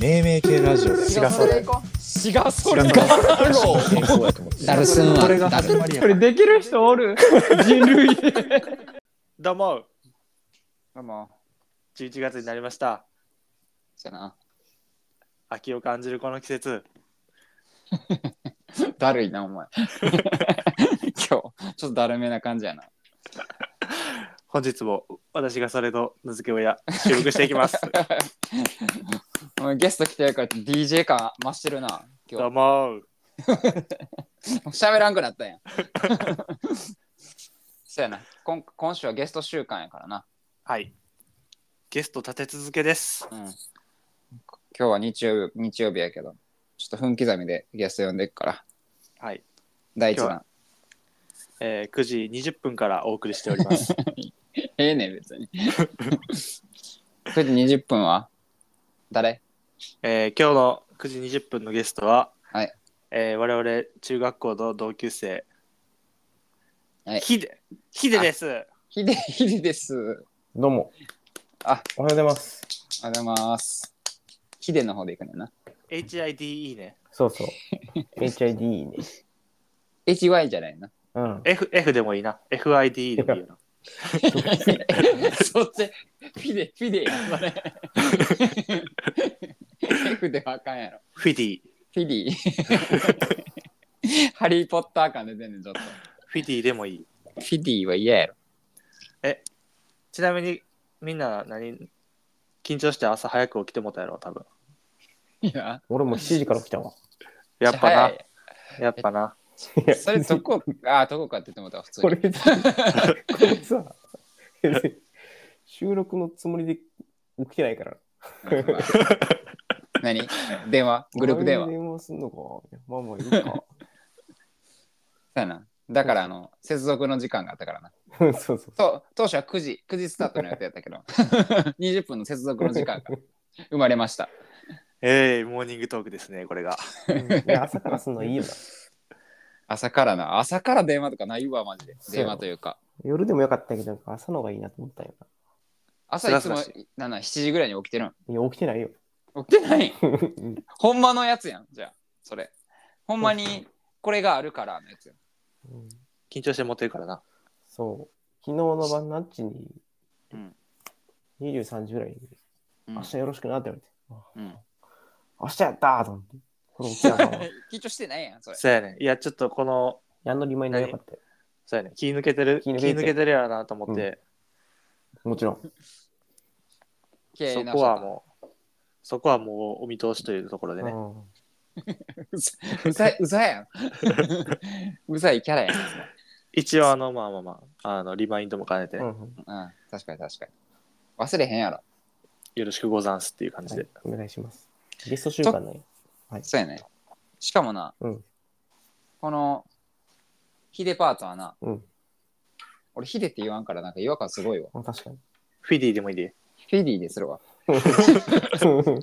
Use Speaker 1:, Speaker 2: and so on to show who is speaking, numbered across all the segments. Speaker 1: 命名系ラジオだよ
Speaker 2: 違うそれ行こ
Speaker 3: 違うそれ
Speaker 1: 違う
Speaker 3: か
Speaker 1: 健康やと思って
Speaker 4: ダルスンは
Speaker 1: これが
Speaker 4: ダ
Speaker 1: 始
Speaker 4: ル
Speaker 1: まりや
Speaker 5: これできる人おる人類
Speaker 2: うどうも
Speaker 3: まあまあ
Speaker 2: 11月になりました
Speaker 4: じゃな
Speaker 2: 秋を感じるこの季節
Speaker 4: だるいなお前 今日ちょっとだるめな感じやな
Speaker 2: 本日も私がそれと名付け親収録していきます
Speaker 4: お前ゲスト来てるから DJ 感増してるな
Speaker 2: ど
Speaker 4: 今
Speaker 2: うも
Speaker 4: 日喋らんくなったやん そうやな今今週はゲスト週間やからな、
Speaker 2: はいゲスト立て続けです
Speaker 4: うん、今日は日曜日日曜日やけどちょっと分刻みでゲスト呼んでいくから
Speaker 2: はい、
Speaker 4: 第一
Speaker 2: 今日
Speaker 4: 弾
Speaker 2: えー、9時20分からお送りしております
Speaker 4: ええねん別に 9時20分は誰
Speaker 2: えー、今日の9時20分のゲストは、
Speaker 4: はい
Speaker 2: えー、我々中学校の同級生
Speaker 4: はい
Speaker 2: ヒデヒデです
Speaker 4: ひで ひでです
Speaker 1: どうも
Speaker 4: あ
Speaker 1: おはようございます
Speaker 4: ありがとうございます。ヒデの方でいくねんな。
Speaker 2: HIDE ね
Speaker 1: そうそう HID ね
Speaker 4: HY じゃない な。
Speaker 1: うん
Speaker 2: F, F でもいいな FIDE でもい いよな
Speaker 4: そっち、フィデ、フィデやん、それ。F ではあかんやろ。
Speaker 2: フィディ
Speaker 4: フィディ。 ハリー・ポッター感出てんねん、ちょっと。
Speaker 2: フィディでもいい
Speaker 4: フィディは嫌やろ。
Speaker 2: ちなみにみんな何緊張して朝早く起きてもたやろ多分
Speaker 4: いや、
Speaker 6: 俺も7時から起きたわ。
Speaker 2: やっぱ
Speaker 4: 早
Speaker 2: ないやっぱな
Speaker 4: それどこ、あ、どこかって言ってもらったら普通
Speaker 6: これ、。
Speaker 4: に
Speaker 6: これさ、収録のつもりで起きてないから。
Speaker 4: 何電話グループ電話
Speaker 6: 周りに電話すんのか。まあまあいいか。
Speaker 4: だな。だから、あの、接続の時間があったからな。
Speaker 6: そう そうそう。
Speaker 4: と当初は9時、9時スタートの予定やったけど、20分の接続の時間が生まれました。
Speaker 2: ええモーニングトークですねこれが
Speaker 6: いや朝からすんのいいよな。
Speaker 4: 朝からな朝から電話とかないわマジで
Speaker 6: そう
Speaker 4: 電話というか
Speaker 6: 夜でもよかったけど、なんか朝の方がいいなと思ったよ
Speaker 4: 朝いつも
Speaker 2: すがす
Speaker 4: なんなん7時ぐらいに起きてるん
Speaker 6: な。いや、起きてないよ。
Speaker 4: 起きてない
Speaker 6: うん
Speaker 4: ほんまのやつやんじゃあそれほんまにこれがあるからのやつやん
Speaker 2: 緊張して持ってるからな
Speaker 6: そう。昨日の晩ナッチに
Speaker 4: うん、
Speaker 6: 23時ぐらいに、
Speaker 4: うん
Speaker 6: 明日よろしくなって言われて。
Speaker 4: うん
Speaker 6: 明日やったーと思って。これ起きたから。
Speaker 4: 緊張してないやんそれ
Speaker 2: そうやねいやちょっとこの
Speaker 6: やんのりまいなよかったよ。
Speaker 2: そうやね気抜けてる気
Speaker 6: 気
Speaker 2: 抜
Speaker 6: 抜け
Speaker 2: けて
Speaker 6: て
Speaker 2: るやろなと思って、
Speaker 6: もちろん。
Speaker 4: 経営
Speaker 2: そ
Speaker 4: な
Speaker 2: こはもうそこはもうお見通しというところでね、
Speaker 6: うん
Speaker 4: うざいうざやん うざいキャラやん、
Speaker 2: 一応あのまあまあまああのリマインドも兼ねて、
Speaker 6: うんうん
Speaker 4: うん、確かに確かに忘れへんやろ
Speaker 2: よろしくござんすっていう感じ
Speaker 6: は
Speaker 2: で
Speaker 6: い、、お願いします。ゲスト週間ね。
Speaker 4: そうやねしかもな、
Speaker 6: うん
Speaker 4: このヒデパートはな、
Speaker 6: うん
Speaker 4: 俺ヒデって言わんからなんか違和感すごいわ
Speaker 6: あ確かに。
Speaker 2: フィディでもいいで
Speaker 4: フィディでするわフ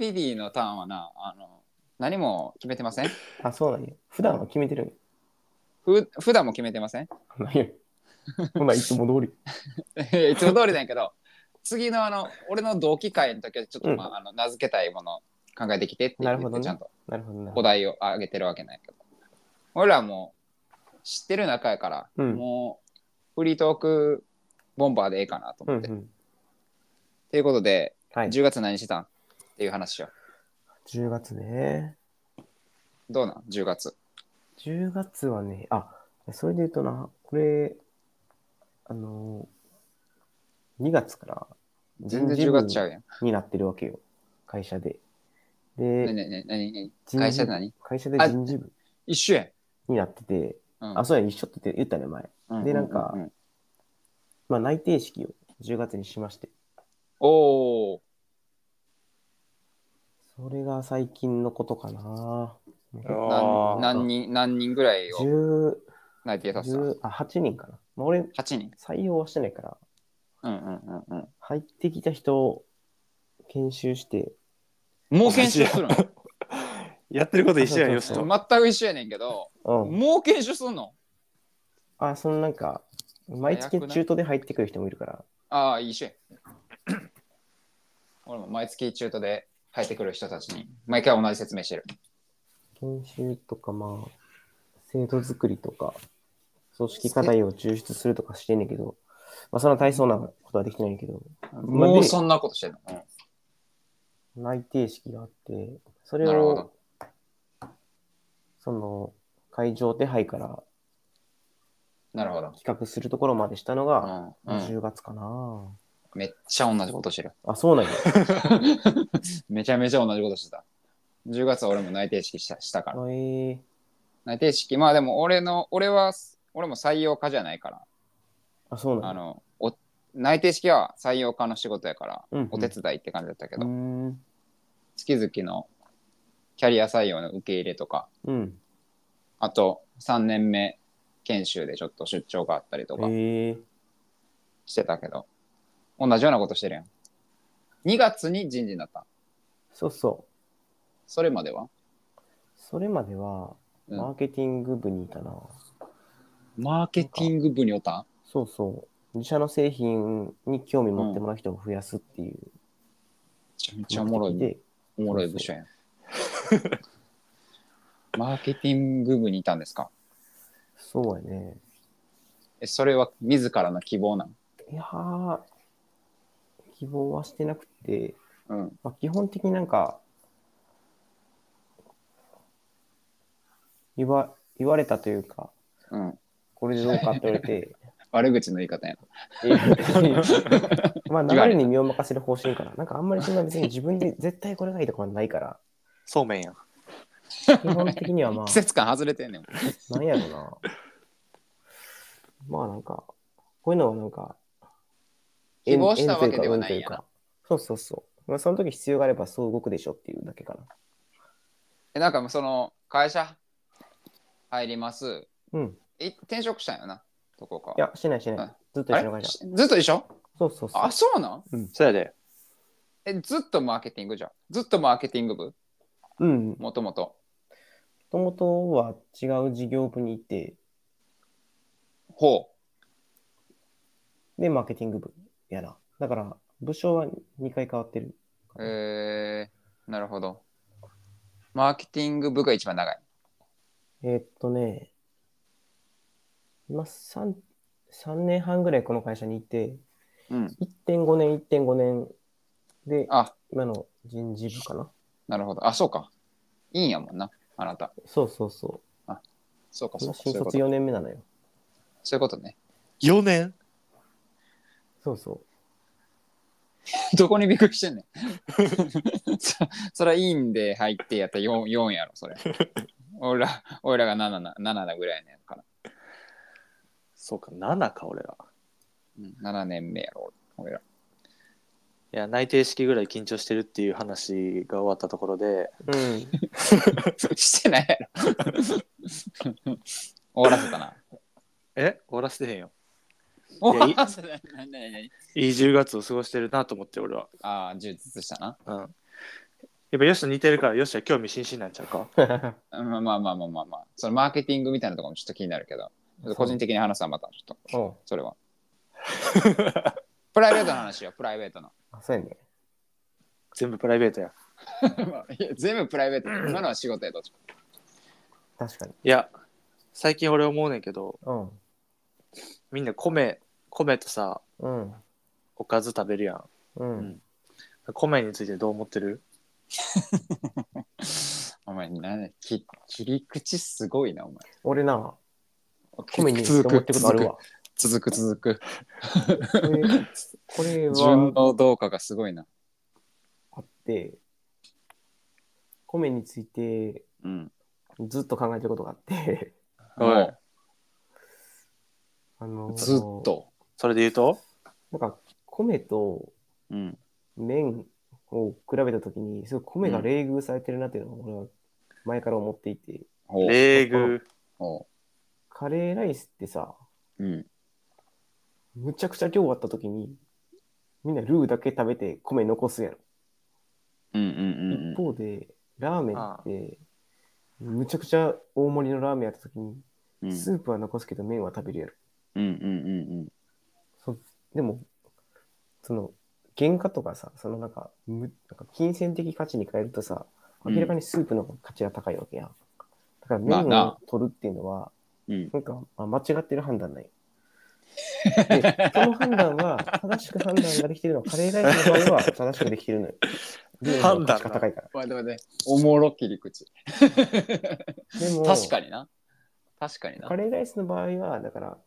Speaker 4: ィディのターンはな、あの、何も決めてません
Speaker 6: あ、そうなんや。普段は決めてるんや。
Speaker 4: ふ普段も決めてません
Speaker 6: なんや。ほないつも通り。
Speaker 4: いつも通りなんやけど、次のあの、俺の同期会の時はちょっと、
Speaker 6: うん
Speaker 4: まあ、あの名付けたいもの考えてきてって言
Speaker 6: な
Speaker 4: っ
Speaker 6: る
Speaker 4: て、
Speaker 6: ほどね
Speaker 4: ちゃんと
Speaker 6: なるほどな。
Speaker 4: お題をあげてるわけないけど。俺らもう知ってる仲やから、
Speaker 6: うん
Speaker 4: もうフリートークボンバーでええかなと
Speaker 6: うん
Speaker 4: 思
Speaker 6: う
Speaker 4: って。と、
Speaker 6: ん。
Speaker 4: いうことで、
Speaker 6: はい。
Speaker 4: 10月何してたんっていう話を。
Speaker 6: 10月ね。
Speaker 4: どうなん ?10 月。
Speaker 6: 10月はね、あ、それで言うとな、これ、あの、2月から
Speaker 4: 全然10月ちゃうやん。
Speaker 6: になってるわけよ。会社で。で、
Speaker 4: ねねね何何
Speaker 6: 人事部
Speaker 4: 会社で何
Speaker 6: 会社で
Speaker 4: あ
Speaker 6: 人事部
Speaker 4: 一緒やん。
Speaker 6: になってて、
Speaker 4: うん
Speaker 6: あ、そうや、一緒って言ったね、前。でなんか
Speaker 4: ううう
Speaker 6: まあ、内定式を10月にしまして。
Speaker 4: おお
Speaker 6: それが最近のことかな。
Speaker 2: あー
Speaker 4: 何人何人ぐらいを
Speaker 6: 10
Speaker 4: 内定させた
Speaker 6: 10あ8人かな。まあ、俺、
Speaker 4: 八人
Speaker 6: 採用はしてないから、
Speaker 4: うんうんうん
Speaker 6: 入ってきた人を研修して、
Speaker 4: うんもう研修するの
Speaker 2: やってること一緒やんよし
Speaker 6: そうそう
Speaker 2: と
Speaker 4: 全く一緒やねんけど
Speaker 6: うん。
Speaker 4: もう研修すんの
Speaker 6: あ、そのなんか、毎月中途で入ってくる人もいるから、
Speaker 4: ああ一緒や俺も毎月中途で入ってくる人たちに、毎回同じ説明してる。
Speaker 6: 研修とか、まあ、制度作りとか、組織課題を抽出するとかしてんねんけど、まあ、そんな大層なことはできてないけど、まあ
Speaker 4: もう
Speaker 6: で
Speaker 4: そんなことしてるの、うん
Speaker 6: 内定式があって、それ
Speaker 4: なるほ
Speaker 6: を
Speaker 4: ど、
Speaker 6: その、会場手配から
Speaker 4: なるほど。
Speaker 6: 企画するところまでしたのが、
Speaker 4: うんうん、
Speaker 6: 10月かな、
Speaker 4: めっちゃ同じことし てる。
Speaker 6: あ、 そうなんや。
Speaker 4: めちゃめちゃ同じことしてた。10月は俺も内定式したしたから。
Speaker 6: えー、
Speaker 4: 内定式、まあでも俺の、俺は、俺も採用家じゃないから、
Speaker 6: あ、そうな
Speaker 4: あ
Speaker 6: んや。
Speaker 4: の、お内定式は採用家の仕事やから、
Speaker 6: うんうん
Speaker 4: お手伝いって感じだったけど、
Speaker 6: うん。
Speaker 4: 月々のキャリア採用の受け入れとか、
Speaker 6: うん。
Speaker 4: あと3年目研修でちょっと出張があったりとか
Speaker 6: ええー。
Speaker 4: してたけど、同じようなことしてるやん。2月に人事になった。
Speaker 6: そうそう。
Speaker 4: それまでは
Speaker 6: それまでは、
Speaker 4: うん
Speaker 6: マーケティング部にいたな。
Speaker 4: マーケティング部におったん
Speaker 6: そうそう。自社の製品に興味持ってもらう人を増やすっていう。
Speaker 4: めちゃめちゃおもろい、
Speaker 6: で、
Speaker 4: おもろい部署やん。 マーケティング部にいたんですか
Speaker 6: そうやね。
Speaker 4: え、それは自らの希望なん
Speaker 6: いやー、希望はしてなくて、
Speaker 4: うん。
Speaker 6: まあ、基本的になんか、言わ言われたというか、
Speaker 4: うん。
Speaker 6: これでどうかって言われ て、
Speaker 4: 悪口の言い方や
Speaker 6: えー まあ流れに身を任せる方針かな。なんかあんまりそんな別に自分で絶対これがいいとかはないから、
Speaker 2: そうめんやん。
Speaker 6: 基本的にはま
Speaker 4: な。季
Speaker 6: あ、
Speaker 4: 節感外れてんねん。
Speaker 6: なんやろな。まあなんか、こういうのはなんか、
Speaker 4: 希望したわけではないん
Speaker 6: 縁
Speaker 4: やな。
Speaker 6: そうそうそう。まあその時必要があればそう動くでしょっていうだけかな。
Speaker 4: え、なんかもうその、会社入ります。
Speaker 6: うん。
Speaker 4: え、転職したんよな。どこか。
Speaker 6: いや、してないしてな
Speaker 4: う
Speaker 6: い
Speaker 4: ん。
Speaker 6: ずっと
Speaker 4: あ
Speaker 6: 一緒の
Speaker 4: れ
Speaker 6: 会
Speaker 4: し
Speaker 6: 社。
Speaker 4: ずっと一緒
Speaker 6: そうそうそう
Speaker 4: あ、。そうなん
Speaker 2: そうやで。
Speaker 4: え、ずっとマーケティングじゃん。ずっとマーケティング部
Speaker 6: うん。も
Speaker 4: もともと。
Speaker 6: ともとは違う事業部に行って、
Speaker 4: ほ
Speaker 6: で、マーケティング部やな。だから、部署は2回変わってる。
Speaker 4: う。えー、なるほど。マーケティング部が一番長い。
Speaker 6: えーっとね、今3、3年半ぐらいこの会社にいて、
Speaker 4: うん。
Speaker 6: 1.5年、1.5年で、
Speaker 4: あ、
Speaker 6: 今の人事部かな。
Speaker 4: なるほど。あ、そうか。いいんやもんな。あなた。
Speaker 6: そうそうそ
Speaker 4: そうか、
Speaker 6: う。
Speaker 4: そ
Speaker 6: 今
Speaker 4: うか。そ
Speaker 6: 新
Speaker 4: ういうこ
Speaker 6: 卒
Speaker 4: と
Speaker 6: 4年目なのよ。
Speaker 4: そういうことね。
Speaker 2: 4年
Speaker 6: そうそ
Speaker 4: どこにびっくりしてんねん。 そそらいいんで入ってやったら 4, 四やろ、それ。俺ら、俺らが7な、7だぐらいねんから。
Speaker 2: そうか、7か、俺ら。
Speaker 4: うん、7年目やろ、俺ら。
Speaker 2: いや、内定式ぐらい緊張してるっていう話が終わったところで、
Speaker 6: う。うん。
Speaker 4: してないやろ。 終わらせたな。
Speaker 2: え終わらせてへんよ。
Speaker 4: 終わらせたな。何何何
Speaker 2: いい10月を過ごしてるなと思って、俺は。
Speaker 4: ああ、充実したな。
Speaker 2: うん。やっぱヨシと似てるから、ヨシは興味津々なんちゃうか。
Speaker 4: うんまあまあまあまあまあまあ。そのマーケティングみたいなところもちょっと気になるけど、ちょっと個人的に話すはまたちょっと、
Speaker 6: おう
Speaker 4: それは。プライベートの話よ、プライベートの。
Speaker 6: あ、そうやね。
Speaker 2: 全部プライベートや。
Speaker 4: いや全部プライベート。今のは仕事やどっちか
Speaker 6: 確かに。
Speaker 2: いや、最近俺思うねんけど、
Speaker 6: うん。
Speaker 2: みんな米、米とさ、
Speaker 6: うん。
Speaker 2: おかず食べるやん。
Speaker 6: うん。
Speaker 2: 米についてどう思ってる
Speaker 4: お前、なんだき切り口すごいな、お前。
Speaker 6: 俺な、米に
Speaker 4: 続
Speaker 6: 思っ
Speaker 4: く
Speaker 6: てことあるわ。
Speaker 4: 続く続く。
Speaker 6: これこれ
Speaker 4: 順
Speaker 6: は
Speaker 4: 応動化がすごいな。
Speaker 6: あって、米について
Speaker 4: うん。
Speaker 6: ずっと考えてることがあって、
Speaker 4: も
Speaker 6: あの
Speaker 4: うずっ。と。
Speaker 2: それで言うと
Speaker 6: なんか、米と
Speaker 4: うん。
Speaker 6: 麺を比べたときに、すごい米が冷遇されてるなっていうのを俺は前から思っていて、
Speaker 4: ほう
Speaker 2: 礼遇。
Speaker 4: ほ
Speaker 6: カレーライスってさ、
Speaker 4: ううん。
Speaker 6: むちゃくちゃ量あったときに、みんなルーだけ食べて米残すやろ。
Speaker 4: うんうんうんうん
Speaker 6: 一。方で、ラーメンって、むちゃくちゃ大盛りのラーメンやったときに、
Speaker 4: うんうん
Speaker 6: スープは残すけど麺は食べるやろ。
Speaker 4: うんうんうん。
Speaker 6: そでも、その、原価とかさ、そのなんか、むなんか金銭的価値に変えるとさ、
Speaker 4: うん
Speaker 6: 明らかにスープの価値が高いわけやん。だから
Speaker 4: まあ
Speaker 6: 麺を
Speaker 4: な
Speaker 6: 取るっていうのは、
Speaker 4: うん
Speaker 6: なんか、まあ、間違ってる判断ない。で、その判断は、正しく判断ができてるのは、カレーライスの場合は正しくできてるのよ。
Speaker 2: 判断が
Speaker 6: が高いから。
Speaker 4: 待って待って。おもろ切り口。
Speaker 6: でも、
Speaker 4: 確かにな。確かにな
Speaker 6: カ。レーライスの場合は、だから、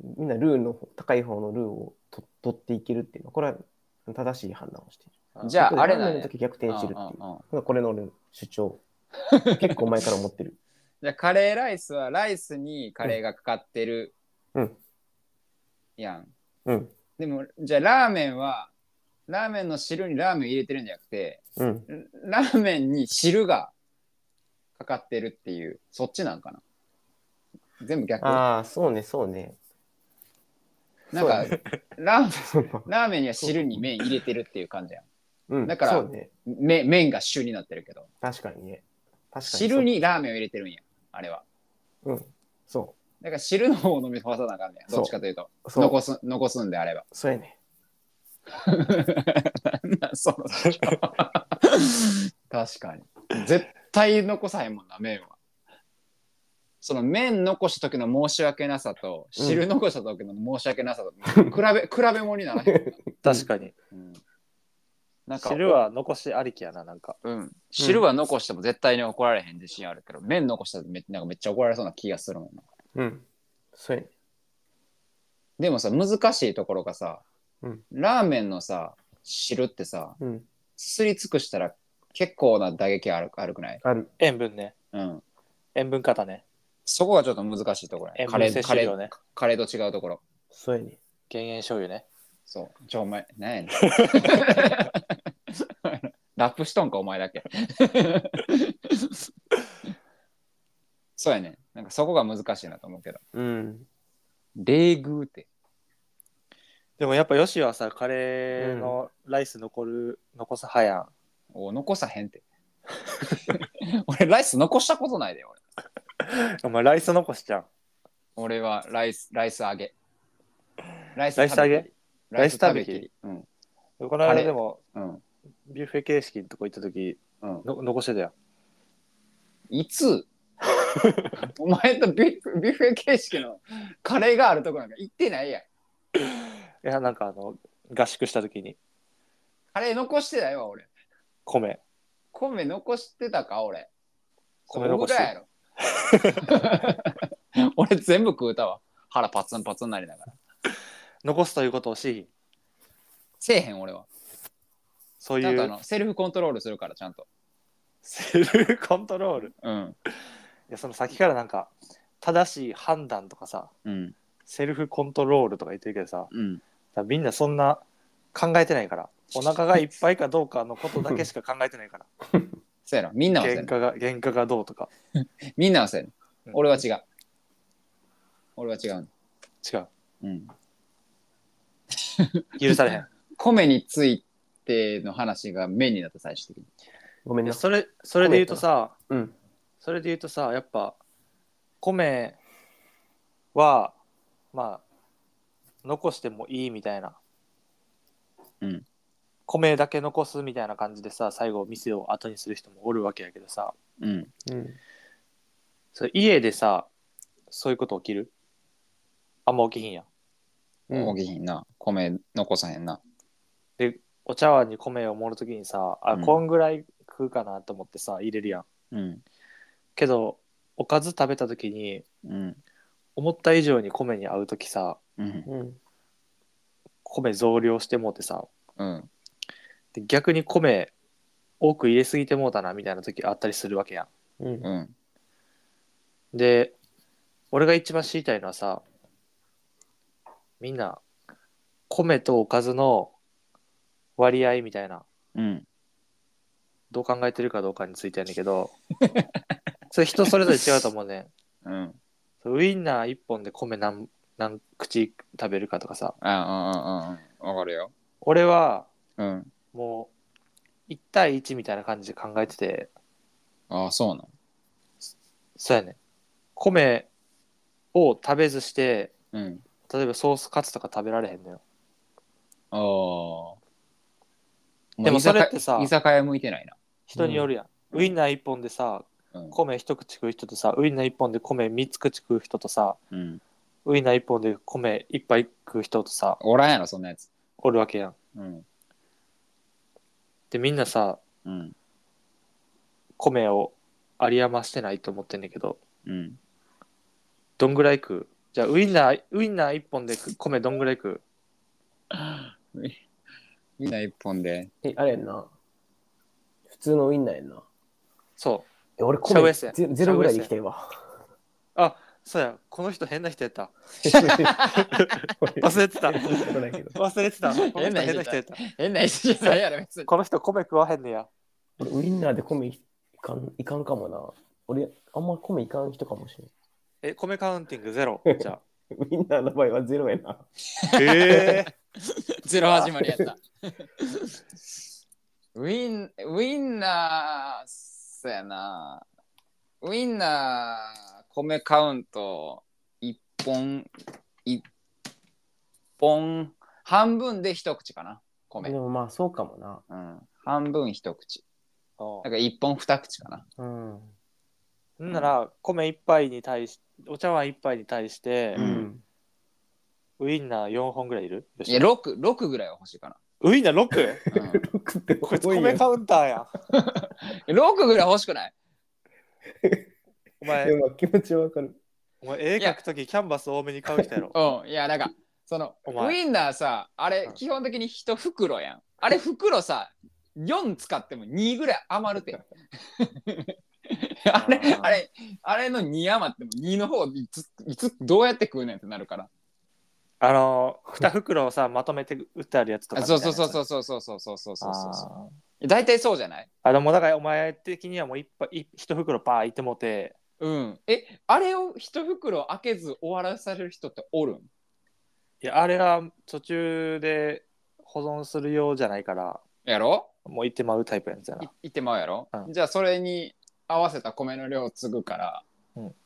Speaker 6: みんなルーの高い方のルーをと取っていけるっていうのは、これは正しい判断をしている。
Speaker 4: じゃ
Speaker 6: こ
Speaker 4: あ、
Speaker 6: で
Speaker 4: あれ
Speaker 6: 判
Speaker 4: だ
Speaker 6: 断の
Speaker 4: ね。
Speaker 6: 時逆転してるっていう。
Speaker 4: うんうんうん
Speaker 6: まあこれの俺の主張。結構前から思ってる。
Speaker 4: じゃあ、カレーライスはライスにカレーがかかってる。
Speaker 6: うん。
Speaker 4: やん。
Speaker 6: うん。
Speaker 4: でも、じゃあ、ラーメンは、ラーメンの汁にラーメン入れてるんじゃなくて、
Speaker 6: うん。
Speaker 4: ラーメンに汁がかかってるっていう、そっちなんかな。全部逆。な
Speaker 6: ああ、そうね、そうね。
Speaker 4: んか、ラーメン、
Speaker 6: そうか
Speaker 4: ラーメンには汁に麺入れてるっていう感じやん。
Speaker 6: うん。
Speaker 4: だから
Speaker 6: そうね。
Speaker 4: め麺が主になってるけど、
Speaker 6: 確かにね。確かに。
Speaker 4: 汁。にラーメンを入れてるんや、あれは。
Speaker 6: うん。そ
Speaker 4: だから汁の方を飲み飛ばさなあかんねん。
Speaker 6: そう
Speaker 4: どっちかというと。
Speaker 6: う。そう。
Speaker 4: 残す、残すんであれば。
Speaker 6: そうやね。
Speaker 4: なんなんそ の確かに。絶対残さへんもんな、麺は。その麺残した時の申し訳なさと、
Speaker 6: うん
Speaker 4: 汁残した時の申し訳なさと、比べ、 比べ物にならへん。
Speaker 2: 確かに。
Speaker 4: うんなんか
Speaker 2: 汁は残しありきやな、なんか。
Speaker 4: うん、汁は残しても絶対に怒られへん自信あるけど、麺残したらめなんかめっちゃ怒られそうな気がするもんな
Speaker 6: うん。そうやね。
Speaker 4: でもさ難しいところがさ、
Speaker 6: うん
Speaker 4: ラーメンのさ汁ってさ
Speaker 6: うん。
Speaker 4: すり尽くしたら結構な打撃あるあるくない、
Speaker 6: ある。
Speaker 2: 塩分ね。
Speaker 4: うん、
Speaker 2: 塩分型ね。
Speaker 4: そこがちょっと難しいところや
Speaker 2: 塩
Speaker 4: カ
Speaker 2: 分
Speaker 4: レ
Speaker 2: 摂
Speaker 4: ーカ
Speaker 2: 取
Speaker 4: レ
Speaker 2: 量
Speaker 4: ー、
Speaker 2: ね。
Speaker 4: カレーと違うところ
Speaker 6: そうやね。
Speaker 2: 減塩醤油ね。
Speaker 4: そうちょお前何やねん ラップしとんかお前だけ そうやねなんかそこが難しいなと思うけど
Speaker 6: うん。
Speaker 4: 冷遇って
Speaker 2: でもやっぱヨシはさ、カレーのライス残る、残す派やん。
Speaker 4: お残さへんって。 俺、ライス残したことないで、俺。
Speaker 2: お前ライス残しちゃう。
Speaker 4: 俺はライス、ライス揚げ。ライ
Speaker 2: ライス揚げ
Speaker 4: ライス食べきり。うん。
Speaker 2: この
Speaker 4: カ
Speaker 2: 間
Speaker 4: レー
Speaker 2: でも、
Speaker 4: うん。
Speaker 2: ビュッフェ形式のとこ行った時、
Speaker 4: うん。
Speaker 2: の残してたよ。
Speaker 4: いつ お前とビュッビュッフェ形式のカレーがあるとこなんか行ってないやん。
Speaker 2: いや、なんかあの、合宿した時に、
Speaker 4: カレー残してないわ、俺。
Speaker 2: 米。
Speaker 4: 米残してたか、俺。
Speaker 2: 米残して
Speaker 4: そうやろ。 俺、全部食うたわ。腹パツンパツンになりながら。
Speaker 2: 残すということをし、
Speaker 4: せえへん、俺は。
Speaker 2: そう
Speaker 4: ちゃん
Speaker 2: い
Speaker 4: とあ
Speaker 2: う
Speaker 4: の、セルフコントロールするから、ちゃんと。
Speaker 2: セルフコントロール。い
Speaker 4: うん。
Speaker 2: や、その先からなんか、正しい判断とかさ、
Speaker 4: うん。
Speaker 2: セルフコントロールとか言ってるけどさ、だか
Speaker 4: うん。
Speaker 2: らみんなそんな考えてないから、お腹がいっぱいかどうかのことだけしか考えてな いから、
Speaker 4: そうやろ。みんなはそうや
Speaker 2: 原
Speaker 4: ろ。
Speaker 2: 価が、原価がどうとか、
Speaker 4: みんなはそうやろ。
Speaker 2: うん
Speaker 4: 俺は違う。俺は違うの。
Speaker 2: 違う。
Speaker 4: うん。
Speaker 2: 許されへん。
Speaker 4: 米についての話が麺になった最終的に。
Speaker 6: ごめん
Speaker 2: い
Speaker 6: な
Speaker 2: や
Speaker 6: さい。
Speaker 2: それ、それで言うとさ、
Speaker 6: うん。
Speaker 2: それで言うとさ、やっぱ、米は、まあ、残してもいいみたいな。
Speaker 4: うん
Speaker 2: 米だけ残すみたいな感じでさ、最後店を後にする人もおるわけやけどさ、
Speaker 4: うん。
Speaker 6: うん。
Speaker 2: それ家でさ、そういうこと起きるあんま起きひんやん。
Speaker 6: うん
Speaker 4: 大きいひんな。米残さへんな。
Speaker 2: お茶碗に米を盛るときにさ、あ、
Speaker 4: うん
Speaker 2: こんぐらい食うかなと思ってさ、入れるやん。
Speaker 4: うん。
Speaker 2: けど、おかず食べたときに、
Speaker 4: うん。
Speaker 2: 思った以上に米に合うときさ、
Speaker 4: うん。
Speaker 6: うん。
Speaker 2: 米増量してもうてさ
Speaker 4: うん。
Speaker 2: で逆に米多く入れすぎてもうたなみたいな時あったりするわけや
Speaker 6: うん。
Speaker 4: うん。
Speaker 2: んで俺が一番知りたいのはさみんな米とおかずの割合みたいな
Speaker 4: うん。
Speaker 2: どう考えてるかどうかについてやねんけどそれ人それぞれ違うと思うねん
Speaker 4: うん。
Speaker 2: そのウインナー1本で米何何口食べるかとかさ
Speaker 4: ああ、ああ、わかるよ。
Speaker 2: 俺は
Speaker 4: うん。
Speaker 2: もう1対1みたいな感じで考えてて
Speaker 4: ああ、そうな
Speaker 2: そうやね。米を食べずして、
Speaker 4: の。うん。
Speaker 2: 例えばソースカツとか食べられへんのよ。
Speaker 4: ああ。もう
Speaker 2: でも
Speaker 4: 居酒
Speaker 2: それってさ
Speaker 4: 居酒屋向いてないな。
Speaker 2: 人によるやん、ウインナー1本でさ
Speaker 4: うん
Speaker 2: 米一口食う人とさウインナー1本で米3つ口食う人とさ
Speaker 4: うん。
Speaker 2: ウインナー1本で米1杯食う人とさ
Speaker 4: おらんやろ、そんなやつ。
Speaker 2: おるわけやん
Speaker 4: うん。
Speaker 2: でみんなさ
Speaker 4: うん。
Speaker 2: 米を有り余してないと思ってんだけど
Speaker 4: うん。
Speaker 2: どんぐらい食うじゃあウインナーウインナー1本で米どんぐらい食う
Speaker 4: みんな一本で。
Speaker 6: え、あれやんな。普通のウインナーやんな。
Speaker 2: そ
Speaker 6: え、俺、
Speaker 2: シャウ
Speaker 6: 米
Speaker 2: エッセン
Speaker 6: ゼゼロぐらいできてるわ。
Speaker 2: うそうやこの人変な人やった忘れて た
Speaker 6: そうだけど
Speaker 2: 忘れてたこの人 変
Speaker 4: 変な
Speaker 2: な
Speaker 4: 人
Speaker 2: 人
Speaker 4: やっ
Speaker 2: やったた
Speaker 4: 変な人じゃないやろ、別に。
Speaker 2: この人米食わへんねや
Speaker 6: 俺ウインナーで米いかんいかんかもな。俺、あんま米いかん人かもしれん。
Speaker 2: え米カウンティングゼ ロじゃあ
Speaker 6: ウインナーの場合はゼロやな。
Speaker 2: ええ
Speaker 4: ゼロ始まりやった。 ウィン、ウィンナー、そやな。ウィンナー、米カウント、一本、一本、半分で一口かな、
Speaker 6: で
Speaker 4: 米。
Speaker 6: もまあ、そうかもな。
Speaker 4: うん、半分一口。
Speaker 2: そ
Speaker 4: なんか一本二口かな。
Speaker 6: うん。
Speaker 2: んなら米一杯に対しお茶碗一杯に対して、
Speaker 4: うん
Speaker 2: ウインナー4本ぐらいいるよし
Speaker 4: いや、六六ぐらいは欲しいか
Speaker 2: ウインナ ー 6?
Speaker 4: な。うん
Speaker 6: 食って
Speaker 2: こいつ
Speaker 6: 多よ
Speaker 2: 米カウンターや ん
Speaker 4: 六ぐらい欲しくない
Speaker 2: お
Speaker 6: で
Speaker 2: 前
Speaker 6: も気持ちわかる。
Speaker 2: お前絵描くときキャンバス多めに買う人やろ
Speaker 4: うん、いや、なんか、その、
Speaker 2: お
Speaker 4: ウ
Speaker 2: 前
Speaker 4: インナーさ、あれ
Speaker 2: うん、
Speaker 4: 基本的に一袋やん。あれ、袋さ、4使っても2ぐらい余るて。あれ、
Speaker 2: あー
Speaker 4: あれ、あれの2余っても2の方いつ、いつ、どうやって食うねんってなるから。
Speaker 2: あのー、2袋をさまとめて売ってあるやつとか
Speaker 4: あ
Speaker 2: みたい
Speaker 4: そう
Speaker 2: な
Speaker 4: そう
Speaker 2: やつ
Speaker 4: そうそうそうそうそうそうそうそうそう。
Speaker 2: あー
Speaker 4: 大体そうじゃない
Speaker 2: あでもだからお前的にはもう一杯一袋バーいってもうて
Speaker 4: うん。え、あれを一袋開けず終わらされる人っておるん
Speaker 2: いやあれが途中で保存するようじゃないから
Speaker 4: やろ
Speaker 2: もう行ってまうタイプやんじゃ
Speaker 4: い
Speaker 2: な
Speaker 4: 行ってまうやろ、
Speaker 2: うん
Speaker 4: じゃあそれに合わせた米の量を継ぐから、
Speaker 2: うん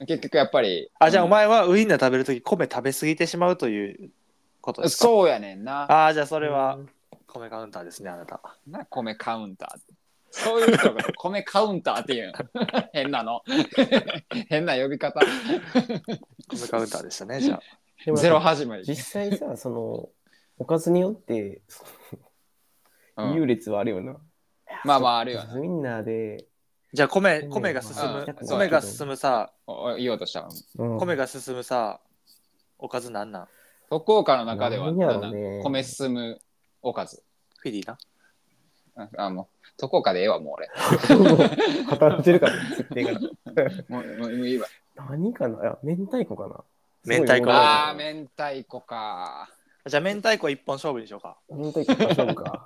Speaker 4: 結局やっぱり
Speaker 2: あじゃあ
Speaker 4: うん
Speaker 2: お前はウインナー食べるとき米食べ過ぎてしまうということですかう
Speaker 4: そうやねんな
Speaker 2: ああじゃあそれは米カウンターですねあなた
Speaker 4: な米カウンターってそういう人が米カウンターっていう の変なの 変な呼び方
Speaker 2: 米カウンターでしたねじゃあ
Speaker 6: でも
Speaker 4: ゼロ始まり、
Speaker 6: 実際さ、その、おかずによって、
Speaker 4: うん
Speaker 6: 優劣はあるよな。
Speaker 4: まあまああるよな
Speaker 6: ウインナーで、
Speaker 2: じゃあ米米が進む
Speaker 4: うん
Speaker 2: 米が進むさ
Speaker 4: おお言おうとしたわ
Speaker 6: うん
Speaker 2: 米が進むさおかずなんなん
Speaker 4: 徳岡の中では
Speaker 6: なんやろね
Speaker 4: なんなん米進むおかず
Speaker 2: フィリーな
Speaker 4: ああもう徳岡でええわもう俺
Speaker 6: 語ってるから、設定が。
Speaker 4: もうもうもういい わ
Speaker 6: 何かないや明太子かな
Speaker 2: 明太子
Speaker 4: あ
Speaker 6: す
Speaker 4: ー明太子か
Speaker 2: じゃあ明太子一本勝負にしようか
Speaker 6: ごい明太子かそうかだか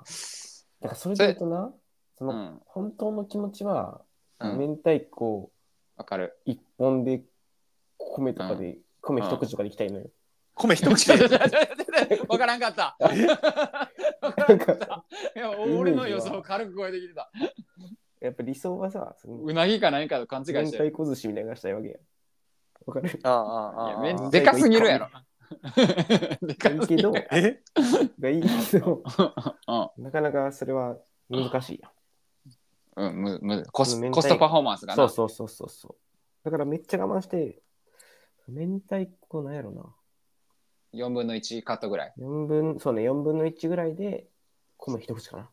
Speaker 6: らそれで言うとなその、
Speaker 4: うん
Speaker 6: 本当の気持ちは、
Speaker 4: うん
Speaker 6: 明太子
Speaker 4: わかる
Speaker 6: 一本で米とかで、米一口とかでいきたいのよ、
Speaker 2: 米一 口
Speaker 4: ちょちょ
Speaker 2: で
Speaker 4: ちょちょちょわからんかった。 わからんかった。いや、俺の予想軽く超えてきてた。
Speaker 6: やっぱ理想はさその
Speaker 4: うなぎか何かと勘違い
Speaker 6: 明
Speaker 4: してる。
Speaker 6: 太子寿司みたいなのがしたいわけやわかる
Speaker 2: あ
Speaker 4: い
Speaker 2: ああ
Speaker 4: や
Speaker 2: ああ
Speaker 4: め
Speaker 2: あ
Speaker 4: でかすぎるやろ。 でか
Speaker 6: いい
Speaker 4: す
Speaker 6: け
Speaker 4: ぎ
Speaker 6: ど
Speaker 4: る。
Speaker 2: え
Speaker 6: がいいけど
Speaker 4: うん
Speaker 6: なかなかそれは難しいやん
Speaker 4: うん、むむコ
Speaker 6: う
Speaker 4: ス
Speaker 6: ん明太子
Speaker 4: コストパフォーマンスがな。
Speaker 6: そうそうそうそうそうだからめっちゃ我慢して明太子なんやろな
Speaker 4: 4分の1カットぐらい。
Speaker 6: 4分、そうね、4分の1ぐらいで、米一口かな。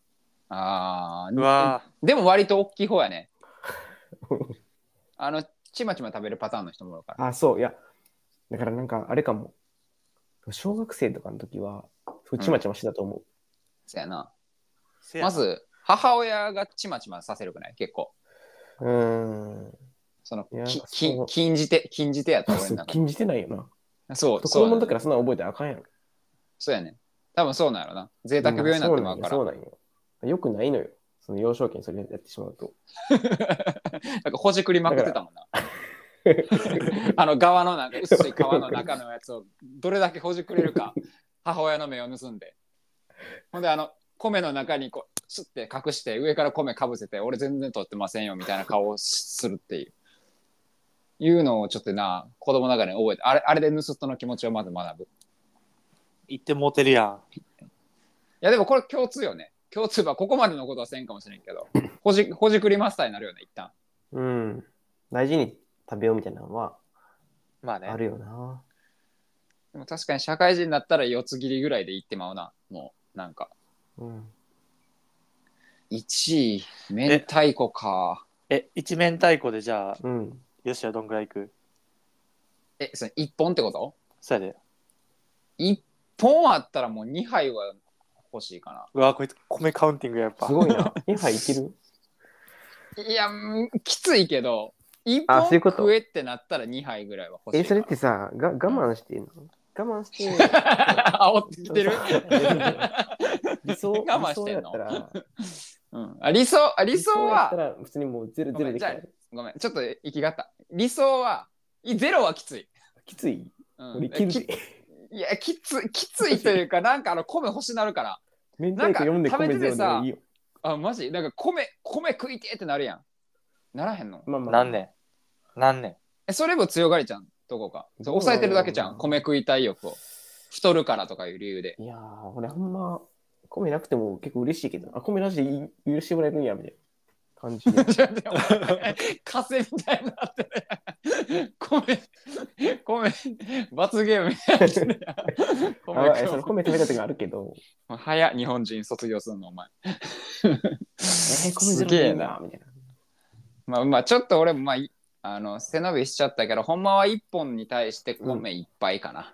Speaker 4: あ
Speaker 2: う
Speaker 4: あ。
Speaker 2: わー
Speaker 4: でも割と大きい方やね。あの、ちまちま食べるパターンの人もいるから。
Speaker 6: あ、そう、いや、だからなんか、あれかも。小学生とかの時は、そうちまちましてたと思う。
Speaker 4: そうやな。
Speaker 2: せやな
Speaker 4: まず、母親がちまちまさせるくない結構。
Speaker 6: うーん。
Speaker 4: その
Speaker 6: いや
Speaker 4: き
Speaker 6: そ
Speaker 4: き
Speaker 6: う
Speaker 4: 禁じ手、禁じ手やった俺の
Speaker 6: そう
Speaker 4: 中で
Speaker 6: 禁じてないよな。
Speaker 4: そう、
Speaker 6: 子
Speaker 4: そう
Speaker 6: 供の
Speaker 4: やね
Speaker 6: 時からそんなの覚えてあかんやろ。
Speaker 4: そうやね。多分そうなんやろな。贅沢病になってまうから。
Speaker 6: そ
Speaker 4: な
Speaker 6: うなんよ。そうなんよよくないのよ。その幼少期にそれやってしまうと。
Speaker 4: んかほじくりまくってたもんな。あの側のなんか薄い皮の中のやつをどれだけほじくれるか、母親の目を盗んで。ほんで、あの、米の中にこう、すって隠して、上から米かぶせて、俺全然取ってませんよみたいな顔をするっていう。いうのをちょっとな、子供の中で覚えて、あれあれで盗人の気持ちをまず学ぶ。
Speaker 2: 言ってもうてるやん
Speaker 4: やでもこれ共通よね。共通はここまでのことはせんかもしれんけど、ほじほじくりマスターになるよね、一旦。
Speaker 6: うん。大事に食べようみたいなのは
Speaker 2: まあね
Speaker 6: あるよな。
Speaker 4: でも確かに社会人になったら四つ切りぐらいで行ってまうな。もう、なんか。
Speaker 6: うん。
Speaker 4: 1位、明太子か。
Speaker 2: え一面太鼓でじゃあ
Speaker 6: うん。
Speaker 2: よしはどんぐらいいく
Speaker 4: え、それ1本ってこと
Speaker 2: そうやで
Speaker 4: ?1 本あったらもう2杯は欲しいかな。
Speaker 2: うわこいつ米カウンティングやっぱ
Speaker 6: すごい な。2杯いける
Speaker 4: いや、うんきついけど、1
Speaker 6: あ
Speaker 4: 本
Speaker 6: そういうこと
Speaker 4: 食えってなったら2杯ぐらいは欲し
Speaker 6: え、
Speaker 4: いか
Speaker 6: そ
Speaker 4: な。
Speaker 6: れってさ、が我慢してんの我慢して。
Speaker 4: 煽ってきてる。
Speaker 6: 理想、
Speaker 4: 我慢してんの
Speaker 6: 理想だったら
Speaker 4: うん、あ理想あ理想
Speaker 6: 理想
Speaker 4: は
Speaker 6: だったら普通にもうゼロゼロできたら
Speaker 4: ごめんごめんちょっと行きがった理想はいゼロはきつい、
Speaker 6: きつい。
Speaker 4: うん、
Speaker 6: 俺きつい
Speaker 4: き。いやきつきついというかなんかあの米欲しなるから
Speaker 6: 明太子読んで
Speaker 4: なんか
Speaker 6: 米ゼロでもいいよ。
Speaker 4: あマジなんか米米食いてえってなるやんならへんの
Speaker 6: まあまあ。
Speaker 2: 何年何年
Speaker 4: えそれも強がりちゃんどこかそう抑えてるだけじゃん米食いたい欲を太るからとかいう理由で
Speaker 6: いやー、俺あんま米なくても結構嬉しいけど、あ、米なしでい許してもらえるんやみたいな感 じで。
Speaker 4: ちょっと待って風みたいになってる米米罰ゲームみたいになってるやん 米
Speaker 6: あ
Speaker 4: 食
Speaker 6: え
Speaker 4: う
Speaker 6: その米食べた時があるけど、
Speaker 4: もう早っ日本人卒業するのお前。
Speaker 6: えー、米ゼ
Speaker 4: す
Speaker 6: ロ
Speaker 4: げ
Speaker 6: でい
Speaker 4: え
Speaker 6: いな
Speaker 4: な。、
Speaker 6: みたいな。
Speaker 4: まあまあちょっと俺もまあいあの背伸びしちゃったけどほんまは1本に対して米いっぱいかな。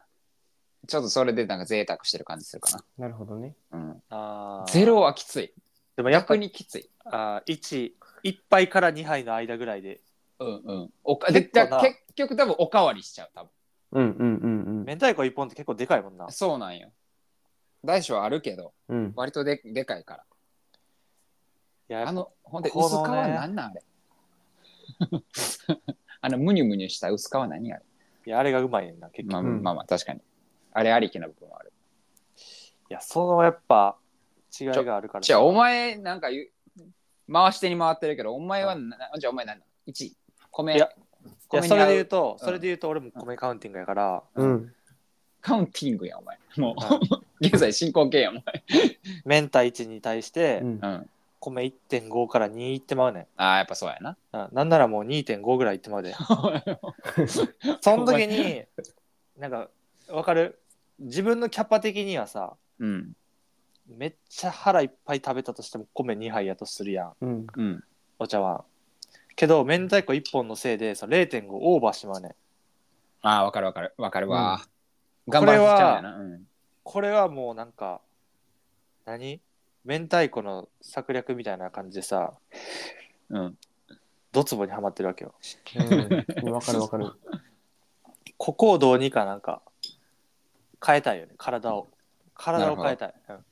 Speaker 4: ちょっとそれでなんか贅沢してる感じするか
Speaker 6: なるほどね。
Speaker 4: な。うん、
Speaker 2: あー
Speaker 4: ゼロはきつい。
Speaker 2: でもやっぱ
Speaker 4: 逆
Speaker 2: り
Speaker 4: にきつい。
Speaker 2: あ11杯から2杯の間ぐらいで
Speaker 4: うんうん。おかで
Speaker 2: 結構
Speaker 4: だ
Speaker 2: な
Speaker 4: 結局多分おかわりしちゃう多分。
Speaker 6: うんうんうん
Speaker 2: 明太子1本って結構でかいもんな
Speaker 4: そうなんよ。大小あるけど
Speaker 6: うん。うん。
Speaker 4: 割とででかいから。
Speaker 2: いややっぱ
Speaker 4: あのほんで
Speaker 2: こ
Speaker 4: 薄皮
Speaker 2: のね
Speaker 4: なんなんあれ。 あのムニュムニュした薄皮何あれ
Speaker 2: いやあれがうまいねんな結局、
Speaker 4: まあ、
Speaker 6: うん
Speaker 4: まあまあ確かに。あれありきな部分はある。
Speaker 2: いやそのやっぱ違いがあるから
Speaker 4: じゃあお前なんか言う回してに回ってるけど、お前はな、じゃあお前何なの ?1 位。米。
Speaker 2: いやい
Speaker 4: 米
Speaker 2: や
Speaker 4: に合う
Speaker 2: それで言うと、
Speaker 4: うん
Speaker 2: それで言うと俺も米カウンティングやから、
Speaker 6: うん。
Speaker 4: カウンティングやお前。も
Speaker 2: は
Speaker 4: う、 現在進行形やお前。
Speaker 2: 明太1に対して
Speaker 6: うん
Speaker 4: うん。
Speaker 2: 米1.5から2いってまうね
Speaker 4: ああ、やっぱそうやな。
Speaker 2: ん、うんなんならもう2.5ぐらいいってまうでその時になんかわかる自分のキャパ的にはさ
Speaker 4: うん。
Speaker 2: めっちゃ腹いっぱい食べたとしても米2杯やとするやん
Speaker 6: うん。
Speaker 4: うん。
Speaker 2: お茶碗けど明太子1本のせいでその0.5オーバーしまうねん
Speaker 4: ああ、わかるわかる。わかるわ。
Speaker 2: ん
Speaker 4: 頑張らせちゃうんやな。うん。
Speaker 2: これはもうなんか何明太子の策略みたいな感じでさ
Speaker 4: うん、
Speaker 2: ドツボにはまってるわけよ
Speaker 6: うん。わかるわかる。
Speaker 2: ここをどうにかなんか変えたいよね体を体を変えたい、うん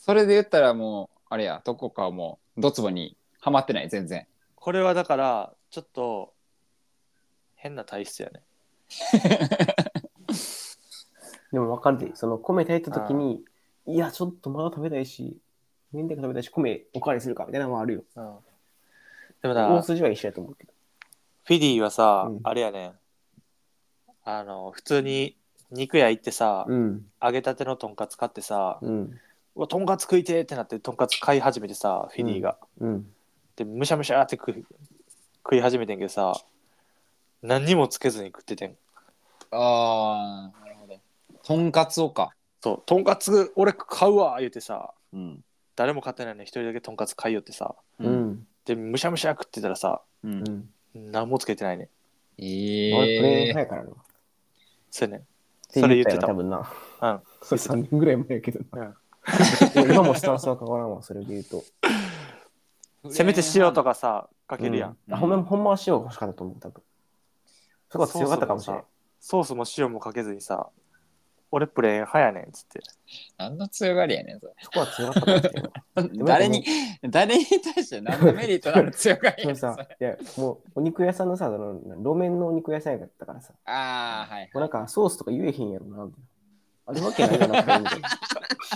Speaker 4: それで言ったらもう、あれや、どこかはもう、ドツボにはまってない、全然。
Speaker 2: これはだからちょっと変な体質やね
Speaker 6: でもわかるで、その米炊いた時に、いや、ちょっとまだ食べたいし、明太子食べたいし、米おかわりするかみたいなのもあるよ。
Speaker 2: うんでもだ
Speaker 6: 大
Speaker 2: フ
Speaker 6: 筋は一緒やと思うけど。
Speaker 2: ィリーはさ、
Speaker 6: うん
Speaker 2: あれやねんあの普通に肉屋行ってさ、
Speaker 6: うん。
Speaker 2: 揚げたてのとんかつ買ってさ、
Speaker 6: うん。
Speaker 2: うわとんかつ食いてーってなってとんかつ買い始めてさフィリーが、
Speaker 6: うん。
Speaker 2: でむしゃむしゃって食い食い始めてんけどさ何にもつけずに食っててん
Speaker 4: ああ、なるほど。とんかつをか。
Speaker 2: そうとんかつ俺買うわ言うてさ
Speaker 4: うん。
Speaker 2: 誰も買ってないのに一人だけとんかつ買いよってさ
Speaker 6: う。ん。
Speaker 2: でむしゃむしゃ食ってたらさ
Speaker 4: うん
Speaker 6: う。ん。
Speaker 2: 何もつけてないね
Speaker 4: え
Speaker 6: 俺、プレイン
Speaker 4: え
Speaker 6: 早いからな。
Speaker 2: そうやねんそれ言ってた
Speaker 6: 多分な。
Speaker 2: うん
Speaker 6: それ3年ぐらい前やけど
Speaker 2: うん
Speaker 6: な。俺今もスタンスは変わらんわ、それで言うと。
Speaker 2: せめて塩とかさかけるやん、
Speaker 6: うんあほんま、ほんまは塩が欲しかったと思う、多分。そこは強かったかもしれない。
Speaker 2: ソースも塩もかけずにさ俺プレーン派やねんっつって
Speaker 4: 何の強がりやねん、それ。
Speaker 6: そこは強かったかもしれない。
Speaker 4: 誰に、 誰に対して何のメリットのある強がり
Speaker 6: その
Speaker 4: やねん、それ。
Speaker 6: さ、いや、もうお肉屋さんのさ、その路面のお肉屋さんやったからさ、
Speaker 4: ああ、はい。
Speaker 6: もうなんかソースとか言えへんやろな、みたいな。あるわけないやろな、これみたいな。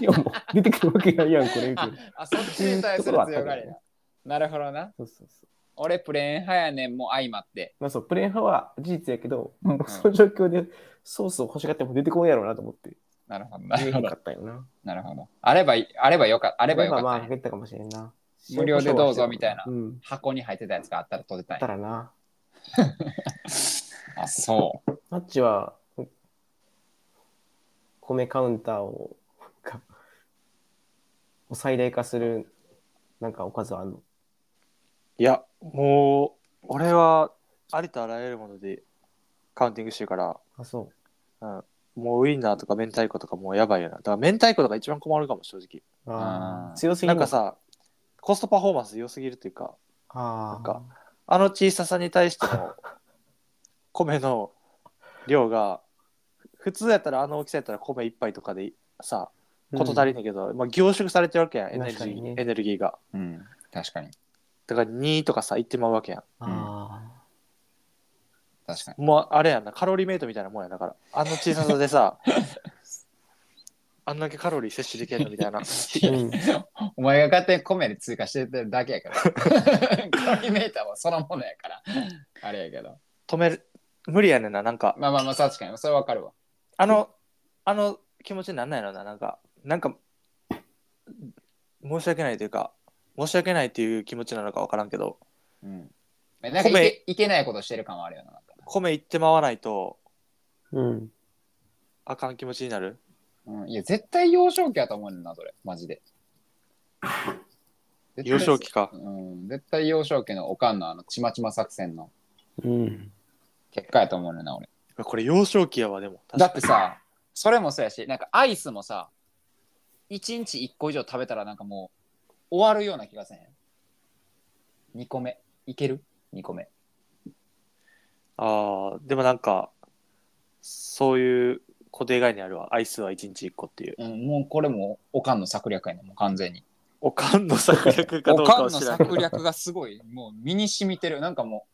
Speaker 6: 塩も出てくるわけないやん、これみたいな。
Speaker 4: あ、そっちに対する強がりだ。なるほどな。
Speaker 6: そうそうそう。
Speaker 4: 俺、プレーン派やねん、もう相まって。
Speaker 6: まあ そう、プレーン派は事実やけど、もうその状況でソースを欲しがっても出てこんやろうなと思って。
Speaker 4: なるほど、なる
Speaker 6: 言え
Speaker 4: ほ
Speaker 6: な
Speaker 4: ど
Speaker 6: か。ったよな。
Speaker 4: なるほど。あればい、あればよかった。あればよかった
Speaker 6: まあ、
Speaker 4: ね、
Speaker 6: 入ったかもしれんな。
Speaker 4: 無料でどうぞみたいな
Speaker 6: うん。
Speaker 4: 箱に入ってたやつがあったら取れた
Speaker 6: あ
Speaker 4: い
Speaker 6: った。らな。
Speaker 4: あ、そ
Speaker 6: マッチは、米カウンターを、がを最大化する、なんかおかずあんの。
Speaker 2: いや、もう、俺はありとあらゆるものでカウンティングしてるから、
Speaker 6: あ、そう。
Speaker 2: もうウインナーとか明太子とかもうやばいよな。だから明太子とか一番困るかも、正直。
Speaker 6: あ
Speaker 4: あー
Speaker 6: あ。強すぎ
Speaker 2: な
Speaker 6: る
Speaker 2: んか、さ、コストパフォーマンス良すぎるというか、
Speaker 6: ああ。
Speaker 2: なんかあの小ささに対し ての米の量が、普通やったらあの大きさやったら米一杯とかでさ、こと足りないけど、まあ凝縮されてるわけやん、エネル
Speaker 6: 確か
Speaker 2: ギー,、
Speaker 6: にね
Speaker 2: エネルギーが。
Speaker 4: う。うん。確かに。
Speaker 2: だから2とかさ、言ってまうわけやん。
Speaker 6: あ
Speaker 4: 確かに。
Speaker 2: もうあれやんな、カロリーメイトみたいなもんやんだから、あの小ささでさ、 あんだけカロリー摂取できるのみたいな。
Speaker 6: あ。うん。
Speaker 4: お前が勝手に米で追加してるだけや から。カロリーメーターはそのものやから。あれやけど。
Speaker 2: 止める、無理やねんな、なんか、
Speaker 4: まあまあまあ、確かに。それわかるわ。
Speaker 2: あの、あの気持ちになんないのな、なんか、なんか、申し訳ないというか、申し訳ないっていう気持ちなのか分からんけど、
Speaker 4: うん。なんかいけいけないことしてる感はあるよな。なんか
Speaker 2: 米いってまわないと、
Speaker 6: うん。
Speaker 2: あかん気持ちになる。
Speaker 4: うん、いや、絶対幼少期やと思うねんな、それ。マジで。
Speaker 2: 幼少期か。
Speaker 4: うん、絶対幼少期のおかんのあの、ちまちま作戦の
Speaker 6: うん。
Speaker 4: 結果やと思うねんな、俺。
Speaker 2: これ幼少期やわ、でも。
Speaker 4: だってさ、それもそうやし、なんかアイスもさ、1日1個以上食べたらなんかもう終わるような気がせへん。2個目。いける ?2 個目。
Speaker 2: ああ、でもなんか、そういう固定概念あるわ。アイスは1日1個っていう。
Speaker 4: うん、もうこれもおかんの策略やねん、もう完全に。
Speaker 2: おかんの策略かど
Speaker 4: お
Speaker 2: うか
Speaker 4: かん
Speaker 2: は
Speaker 4: の
Speaker 2: 知らん。
Speaker 4: 策略がすごい、もう身に染みてる。なんかも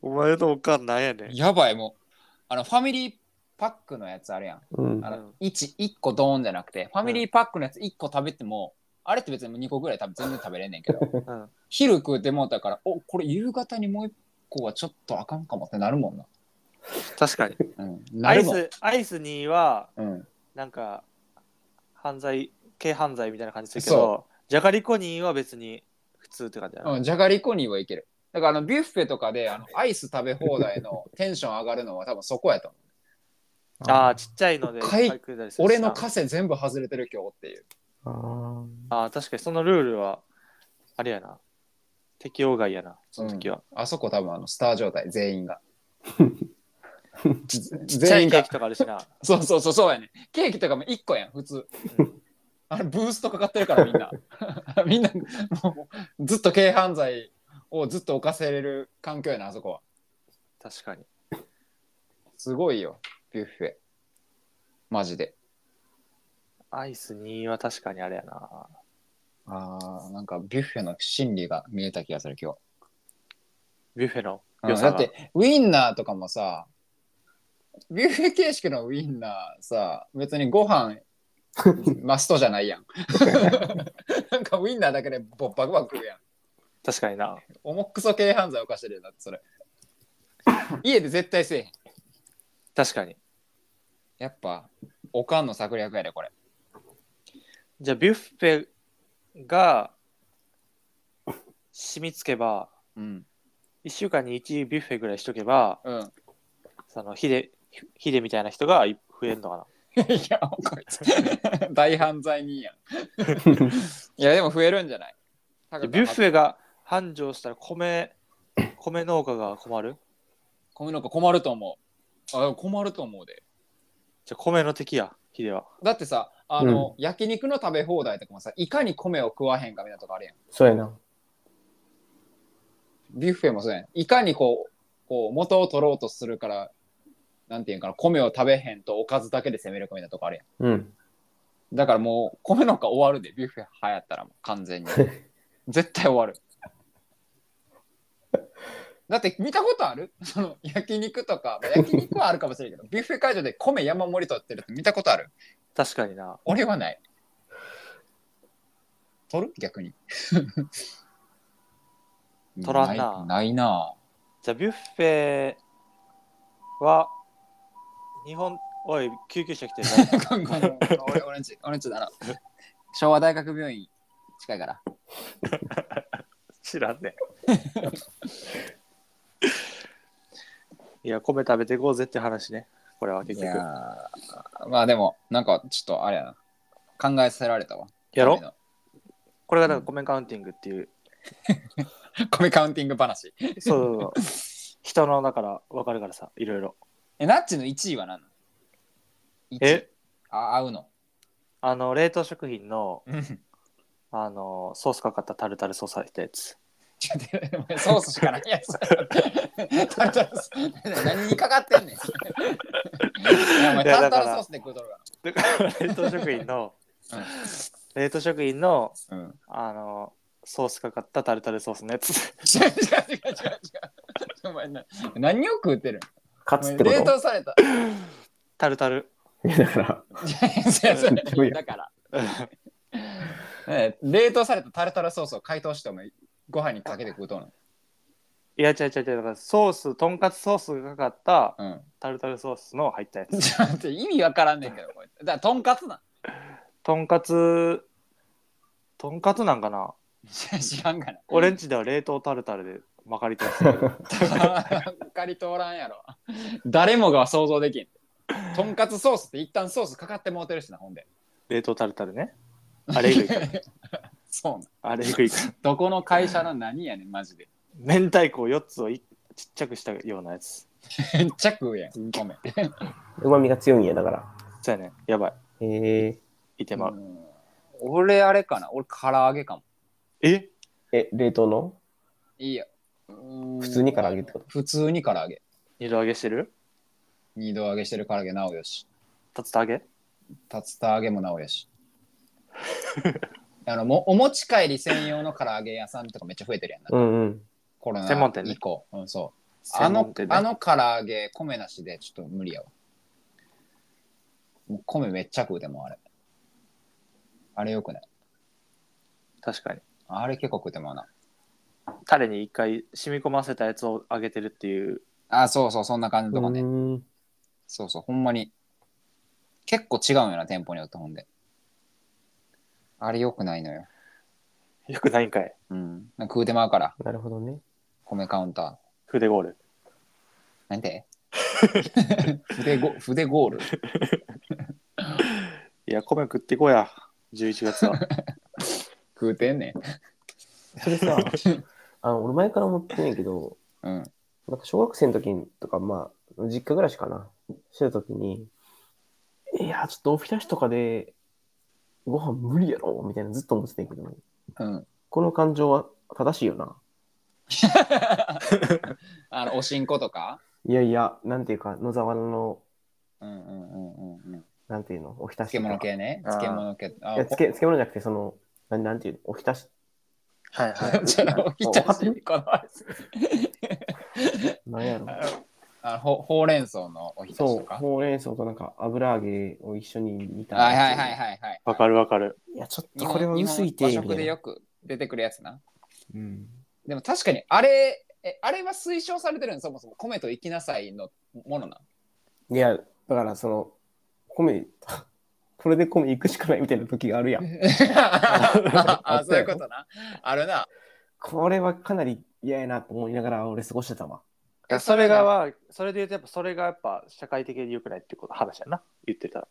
Speaker 2: お前のおかんなんやね
Speaker 4: う、
Speaker 2: ん。
Speaker 4: やばい、もう。あの、ファミリーパックのやつあるやん。
Speaker 6: うん
Speaker 4: あ
Speaker 2: う
Speaker 4: の
Speaker 2: ん、
Speaker 4: 1、1個ドーンじゃなくて、ファミリーパックのやつ1個食べても、あれって別に2個ぐらい食べ全然食べれんねんけ ど、
Speaker 2: うん
Speaker 4: 昼食うてもうたから、お、これ夕方にもう1個はちょっとあかんかもってなるもんな。
Speaker 2: 確かに。
Speaker 4: うん、
Speaker 2: ア
Speaker 4: な
Speaker 2: イ
Speaker 4: るもん。
Speaker 2: ス、アイスには、
Speaker 4: うん、
Speaker 2: なんか、犯罪、軽犯罪みたいな感じするけど、じゃがりこには別に普通って感じだな。
Speaker 4: うんじゃがりこにはいける。だからあのビュッフェとかであのアイス食べ放題のテンション上がるのは多分そこやと思う。
Speaker 2: ああ、ちっちゃいので、
Speaker 4: かい
Speaker 2: いっぱい食えたりするし
Speaker 4: 俺
Speaker 2: な
Speaker 4: の枷全部外れてる今日っていう。
Speaker 6: ああ。
Speaker 2: ああ、確かにそのルールは、あれやな。適用外やな、その時は。
Speaker 4: あそこ多分あのスター状態、全員 が。
Speaker 2: ちっちゃ
Speaker 4: 全
Speaker 2: い
Speaker 4: 員
Speaker 2: ケー
Speaker 4: が
Speaker 2: キ。とかあるしな。
Speaker 4: そうそうそう、そうやね。ケーキとかも1個やん、普通。あれ、ブーストかかってるから、みんな。 みんな、もう、ずっと軽犯罪をずっと犯せれる環境やな、あそこは。
Speaker 2: 確かに。
Speaker 4: すごいよ、ビュッフェ。マジで。
Speaker 2: アイス2は確かにあれやな。
Speaker 4: ああ、なんか、ビュッフェの心理が見えた気がする、今日。
Speaker 2: ビュッフェの
Speaker 4: うん
Speaker 2: 良
Speaker 4: だ
Speaker 2: さ
Speaker 4: っ
Speaker 2: が。
Speaker 4: て、ウインナーとかもさ、ビュッフェ形式のウインナーさ、別にご飯、 マストじゃないやん。 なんか、ウインナーだけでボバクバク食うやん。
Speaker 2: 確かにな。
Speaker 4: 重くそ軽犯罪を犯してるよだってそれ家で絶対せえへん
Speaker 2: 確かに。
Speaker 4: やっぱおかんの策略やでこれ
Speaker 2: じゃあビュッフェが染みつけば、
Speaker 4: うん
Speaker 2: 1週間に1ビュッフェぐらいしとけば、
Speaker 4: うん い
Speaker 2: そのヒデ、ヒデみたいな人が増えるのかな。
Speaker 4: やこいつ 大犯罪人 やんいやでも増えるんじゃない
Speaker 2: じゃあビュッフェが繁盛したら米、米農家が困る
Speaker 4: 米の子困ると思うあ困ると思うで
Speaker 2: じゃあ米の敵や、ヒデは。
Speaker 4: だってさあの、焼肉の食べ放題とかもさいかに米を食わへんかみたいなとこあるやん
Speaker 6: そうやな。
Speaker 4: ビュッフェもそうやんいかにこうこう元を取ろうとするからなんていうんかな米を食べへんとおかずだけで攻めるかみたいなとこあるやん
Speaker 6: うん。
Speaker 4: だからもう、米のか終わるで、ビュッフェ流行ったらもう完全に。絶対終わる。だって見たことあるその焼肉とか、まあ焼肉はあるかもしれんけど、ビュッフェ会場で米山盛り取ってるって見たことある
Speaker 2: 確かにな。
Speaker 4: 俺はない。取る逆に。
Speaker 2: 取らんない
Speaker 4: ない な
Speaker 2: じゃあビュッフェは、日本、おい、救急車来てる。
Speaker 4: 看護の俺俺んち俺んちだな昭和大学病院近いから
Speaker 2: 知ら んね。いや、米食べていこうぜって話ね。これは結
Speaker 4: い
Speaker 2: 局。
Speaker 4: や
Speaker 2: や
Speaker 4: ーまあでもなんかちょっとあれやな考えさせられたわ
Speaker 2: ろ これがだから米カウンティングっていう、
Speaker 4: 米カウンティング話
Speaker 2: そうそうそう人のだから分かるからさ、いろいろ。
Speaker 4: えナッチの1位は何なの一位
Speaker 2: え
Speaker 4: あ合う の
Speaker 2: あの、冷凍食品の、
Speaker 4: うん
Speaker 2: あの、ソースかかったタルタルソース入ったやつ。
Speaker 4: ちょっと待ってお前ソースしかないやつタルタルソース何にかかってんねんいやお前
Speaker 2: いや
Speaker 4: タル
Speaker 2: だから
Speaker 4: タルソースで食うとる
Speaker 2: だから冷凍食品の
Speaker 4: うん、
Speaker 2: 冷凍食品の、
Speaker 4: がうん
Speaker 2: あの、ソースかかったタルタルソースのやつ。
Speaker 4: 違う違う違う違う違うお前な何を食うてるん
Speaker 6: 勝つってこ
Speaker 4: 冷
Speaker 6: と
Speaker 4: 凍された
Speaker 2: タルタル。
Speaker 6: いやだから、
Speaker 4: いやいやそれそれ
Speaker 6: どういう
Speaker 4: だから、ねえ、冷凍されたタルタルソースを解凍してお前ご飯にかけて食うとんの
Speaker 2: いや、違う違う違う。だからソース、とんかつソースがかかった
Speaker 4: うん
Speaker 2: タルタルソースの入ったやつ。
Speaker 4: ちょっと待って意味わからんねんけどこれだからとんかつなん
Speaker 2: とんかつ、とんかつなんかな
Speaker 4: 知らんかな
Speaker 2: 俺んちでは冷凍タルタルでまかり通す。い
Speaker 4: 分かり通らんやろ誰もが想像できんとんかつソースって一旦ソースかかってもうてるしなほんで
Speaker 2: 冷凍タルタル ね。あれぐいから。
Speaker 4: そうなん
Speaker 2: あれぐいから。
Speaker 4: どこの会社の何やねんマジで
Speaker 2: 明太子4つをいちっちゃくしたようなやつ。
Speaker 4: めっちゃ食うやんごめん
Speaker 6: うまみが強いんや、だから。
Speaker 2: そうやね。やば
Speaker 6: へえ。
Speaker 2: い。いてま
Speaker 4: う
Speaker 2: う。
Speaker 4: ん俺あれかな俺唐揚げかも
Speaker 2: え
Speaker 6: え、冷凍の
Speaker 4: いいや普
Speaker 6: 普通に唐揚げってこと
Speaker 4: 普通に唐揚げ
Speaker 2: 二度揚げしてる
Speaker 4: 二度揚げしてる唐揚げなおよし
Speaker 2: 竜田揚げ
Speaker 4: 竜田揚げもなお よしあのもお持ち帰り専用の唐揚げ屋さんとかめっちゃ増えてるやんな、
Speaker 6: うんうん。
Speaker 4: コロナ
Speaker 2: 専門店ね
Speaker 4: 以降、うん、そうあの、あ
Speaker 2: の
Speaker 4: の唐揚げ米なしでちょっと無理やわもう米めっちゃ食うでもあれあれよくない
Speaker 2: 確かに。
Speaker 4: あれ結構食うてもうな
Speaker 2: タレに一回染み込ませたやつを揚げてるっていう。
Speaker 4: あそうそうそんな感じとかね、
Speaker 6: うん
Speaker 4: そうそう、ほんまに。結構違うんよな、店舗によってほんで。あれ良くないのよ。
Speaker 2: よくないんかい。
Speaker 4: うん。食うてまうから、
Speaker 6: なるほどね。
Speaker 4: 米カウンタ
Speaker 2: 筆ゴール。
Speaker 4: ー。なんて 筆ゴ筆ゴール。
Speaker 2: いや、米食ってこうや。11月は。
Speaker 4: 食うてんね
Speaker 6: それ さ、あの俺前から思ってんやけど、
Speaker 4: ん。うん。
Speaker 6: なんか小学生の時とか、まあ、実家暮らしかな、してた時に、いや、ちょっとおひたしとかで、ご飯無理やろ、みたいなずっと思ってたんやけど、
Speaker 4: うん。
Speaker 6: この感情は正しいよな。
Speaker 4: あの、おしんことか
Speaker 6: いやいや、なんていうか、野沢菜の、
Speaker 4: うんうんうんうんうん。
Speaker 6: なんていうの、おひたしと
Speaker 4: 漬
Speaker 6: か。
Speaker 4: 物系ね。
Speaker 2: あー
Speaker 4: 漬物系。あ
Speaker 6: いや、漬漬物じゃなくて、その、なんなんていうの、おひたし。
Speaker 2: はいは
Speaker 4: ほ ちょっとおひたしこのあ
Speaker 6: なんやろ。
Speaker 4: のほほうれん草のおひたし
Speaker 6: そ
Speaker 4: と
Speaker 6: う、
Speaker 4: か。
Speaker 6: ほうれん草となんか油揚げを一緒に煮た。
Speaker 4: はいはいはいはいはい。
Speaker 2: わかるわかる。
Speaker 6: い。いや、ちょっ
Speaker 4: 日
Speaker 6: と
Speaker 4: 本
Speaker 6: これは薄いて、
Speaker 4: 日本和食
Speaker 6: みた
Speaker 4: で
Speaker 6: いな
Speaker 4: よく出てくるやつな。
Speaker 6: うん。
Speaker 4: でも確かにあれえあれは推奨されてるんそもそも米と生きなさいのもの ない
Speaker 6: や、だからその、米、 これで米行くしかないみたいな時があるやん。
Speaker 4: あ
Speaker 6: あ
Speaker 4: そういうことなあるな
Speaker 6: これはかなり嫌やなと思いながら俺過ごしてたわ。
Speaker 4: いや
Speaker 2: それが
Speaker 4: それ
Speaker 2: は、それで言うとやっぱそれがやっぱ社会的に良くないってこと話やな。言ってたら。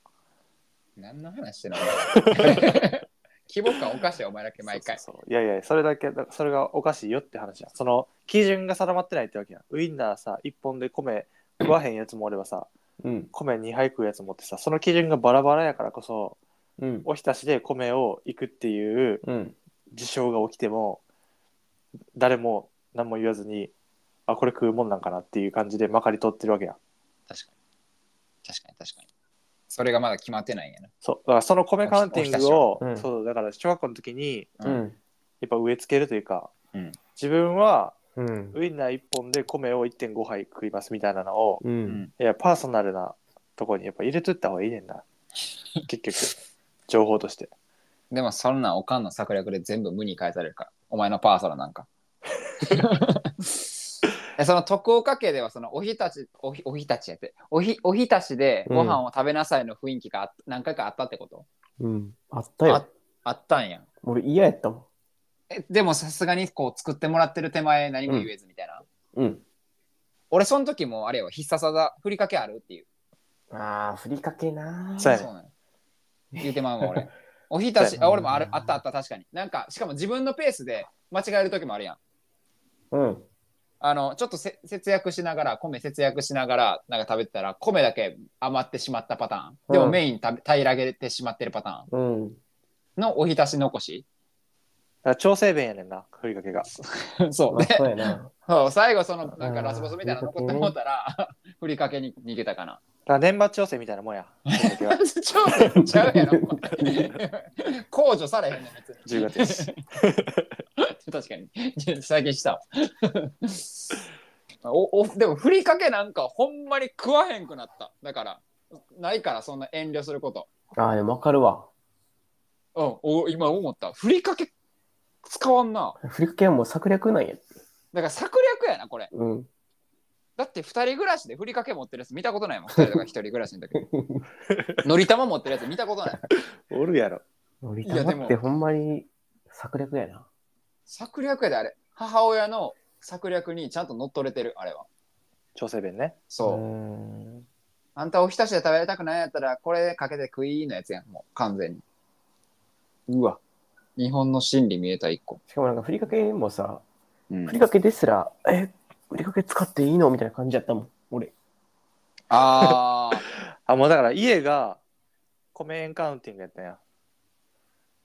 Speaker 4: 何の話してんの お前規模感おかしいよお前だけ毎回
Speaker 2: そうそうそういやいや、それだけ、だそれがおかしいよって話や。その基準が定まってないってわけや。ウインナーさ、1本で米食わへんやつもおればさ、
Speaker 6: うん。
Speaker 2: 米2杯食うやつもおってさ、その基準がバラバラやからこそ、
Speaker 6: うん。
Speaker 2: おひたしで米をいくっていう
Speaker 6: うん。
Speaker 2: 事象が起きても、誰も何も言わずに、あ、これ食うもんなんかなっていう感じでまかり通ってるわけや。
Speaker 4: 確かに確かにそれがまだ決まってないんやな
Speaker 2: そうだからその米カウンティングを、
Speaker 6: おひたし
Speaker 2: そうだから小学校の時に
Speaker 6: う。
Speaker 4: うん
Speaker 2: やっぱ植え付けるというか、
Speaker 4: うん
Speaker 2: 自分は
Speaker 6: うん。
Speaker 2: ウインナー1本で米を1.5杯食いますみたいなのを、
Speaker 6: う
Speaker 4: うん
Speaker 6: ん。
Speaker 2: いやパーソナルなところにやっぱ入れとった方がいいねん な結局情報として
Speaker 4: でもそんなんおかんの 策略で全部無に返されるからお前のパーソナなんかえその徳岡家ではそのおひたちおひおひたちやっておひおひたしでご飯を食べなさいの雰囲気があ何回かあったってこと、
Speaker 6: うん。あったよ
Speaker 4: あ。あったんや
Speaker 6: 俺嫌やったも
Speaker 4: えでもさすがにこう作ってもらってる手前何も言えずみたいな、
Speaker 6: ん。うん。
Speaker 4: 俺その時もあれよ必殺技ふりかけあるっていう
Speaker 6: ああ、ふりかけなー
Speaker 2: そうやね
Speaker 4: そうなんや言うてまうわ俺おひたしあ俺もあるあったあった確かになんかしかも自分のペースで間違える時もあるやん
Speaker 6: うん。
Speaker 4: あのちょっとせ節約しながら米節約しながらなんか食べてたら米だけ余ってしまったパターンでも
Speaker 6: うん
Speaker 4: メインた平らげてしまってるパタ
Speaker 6: うん。
Speaker 4: ーンのおひたし残し
Speaker 2: ら調整弁やねんな、ふりかけが。
Speaker 4: そう
Speaker 6: まあ、
Speaker 4: で
Speaker 6: そうやな。
Speaker 4: そう最後そのなんかラスボスみたいなの残ってもうたらふりかけに逃げたかな
Speaker 2: だから年末調整みたいなもんや。ふりかけは
Speaker 4: ちょっちゃうやろお前控除されへんねん別に
Speaker 2: 10月やし。
Speaker 4: 確かに。最近したわ。おおでも、ふりかけなんかほんまに食わへんくなった。だから、ないからそんな遠慮すること。
Speaker 6: ああ、でもわかるわ。
Speaker 4: うん、お今思った。ふりかけ使わんな。
Speaker 6: ふりかけはもう策略なんや。
Speaker 4: だから策略やな、これ。
Speaker 6: うん。
Speaker 4: だって2人暮らしでふりかけ持ってるやつ見たことないもん。2人とか1人暮らしの時。のり玉持ってるやつ見たことない。
Speaker 2: おるやろ。
Speaker 6: 俺、
Speaker 4: いやでも
Speaker 6: 黙ってほんまに策略やな。
Speaker 4: 策略やで、あれ。母親の策略にちゃんと乗っ取れてる、あれは。
Speaker 2: 調整弁ね。
Speaker 4: そう。
Speaker 6: ん。
Speaker 4: あんたおひたしで食べたくないんやったら、これかけて食いのやつやん、もう完全に。
Speaker 6: うわ。
Speaker 4: 日本の心理見えた一個。
Speaker 6: しかもなんかふりかけもさ、
Speaker 4: うん
Speaker 6: ふりかけですら、え、ふりかけ使っていいのみたいな感じやったもん。俺。
Speaker 4: ああ、
Speaker 2: あ、もうだから家が米エンカウンティングやったんや。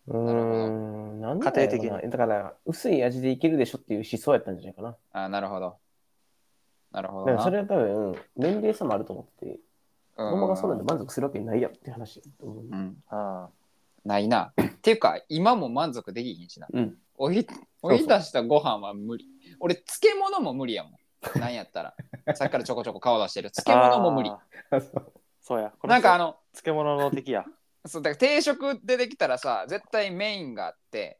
Speaker 6: うーん。なんだ
Speaker 2: 家庭的に
Speaker 6: に。だから、薄い味でいけるでしょっていう思想やったんじゃないかな。
Speaker 4: あなるほど。なる
Speaker 6: だ
Speaker 4: ほど
Speaker 6: から
Speaker 4: な。
Speaker 6: それは多分、年齢差もあると思ってて、
Speaker 4: う
Speaker 6: 子
Speaker 4: ん
Speaker 6: 供がそうなんで満足するわけないやんって話だと思う。
Speaker 4: うん、
Speaker 2: うん。
Speaker 4: ないな。っていうか、今も満足できひんしな。
Speaker 6: うん。
Speaker 4: おひおひたしとご飯は無理。俺、漬物も無理やもん。なんやったら。さっきからちょこちょこ顔出してる。漬物も無理
Speaker 2: あ。ー
Speaker 6: あそう
Speaker 2: そうや。これ
Speaker 4: なんかあの、
Speaker 2: 漬物の敵や。
Speaker 4: そうだから定食でできたらさ、絶対メインがあって、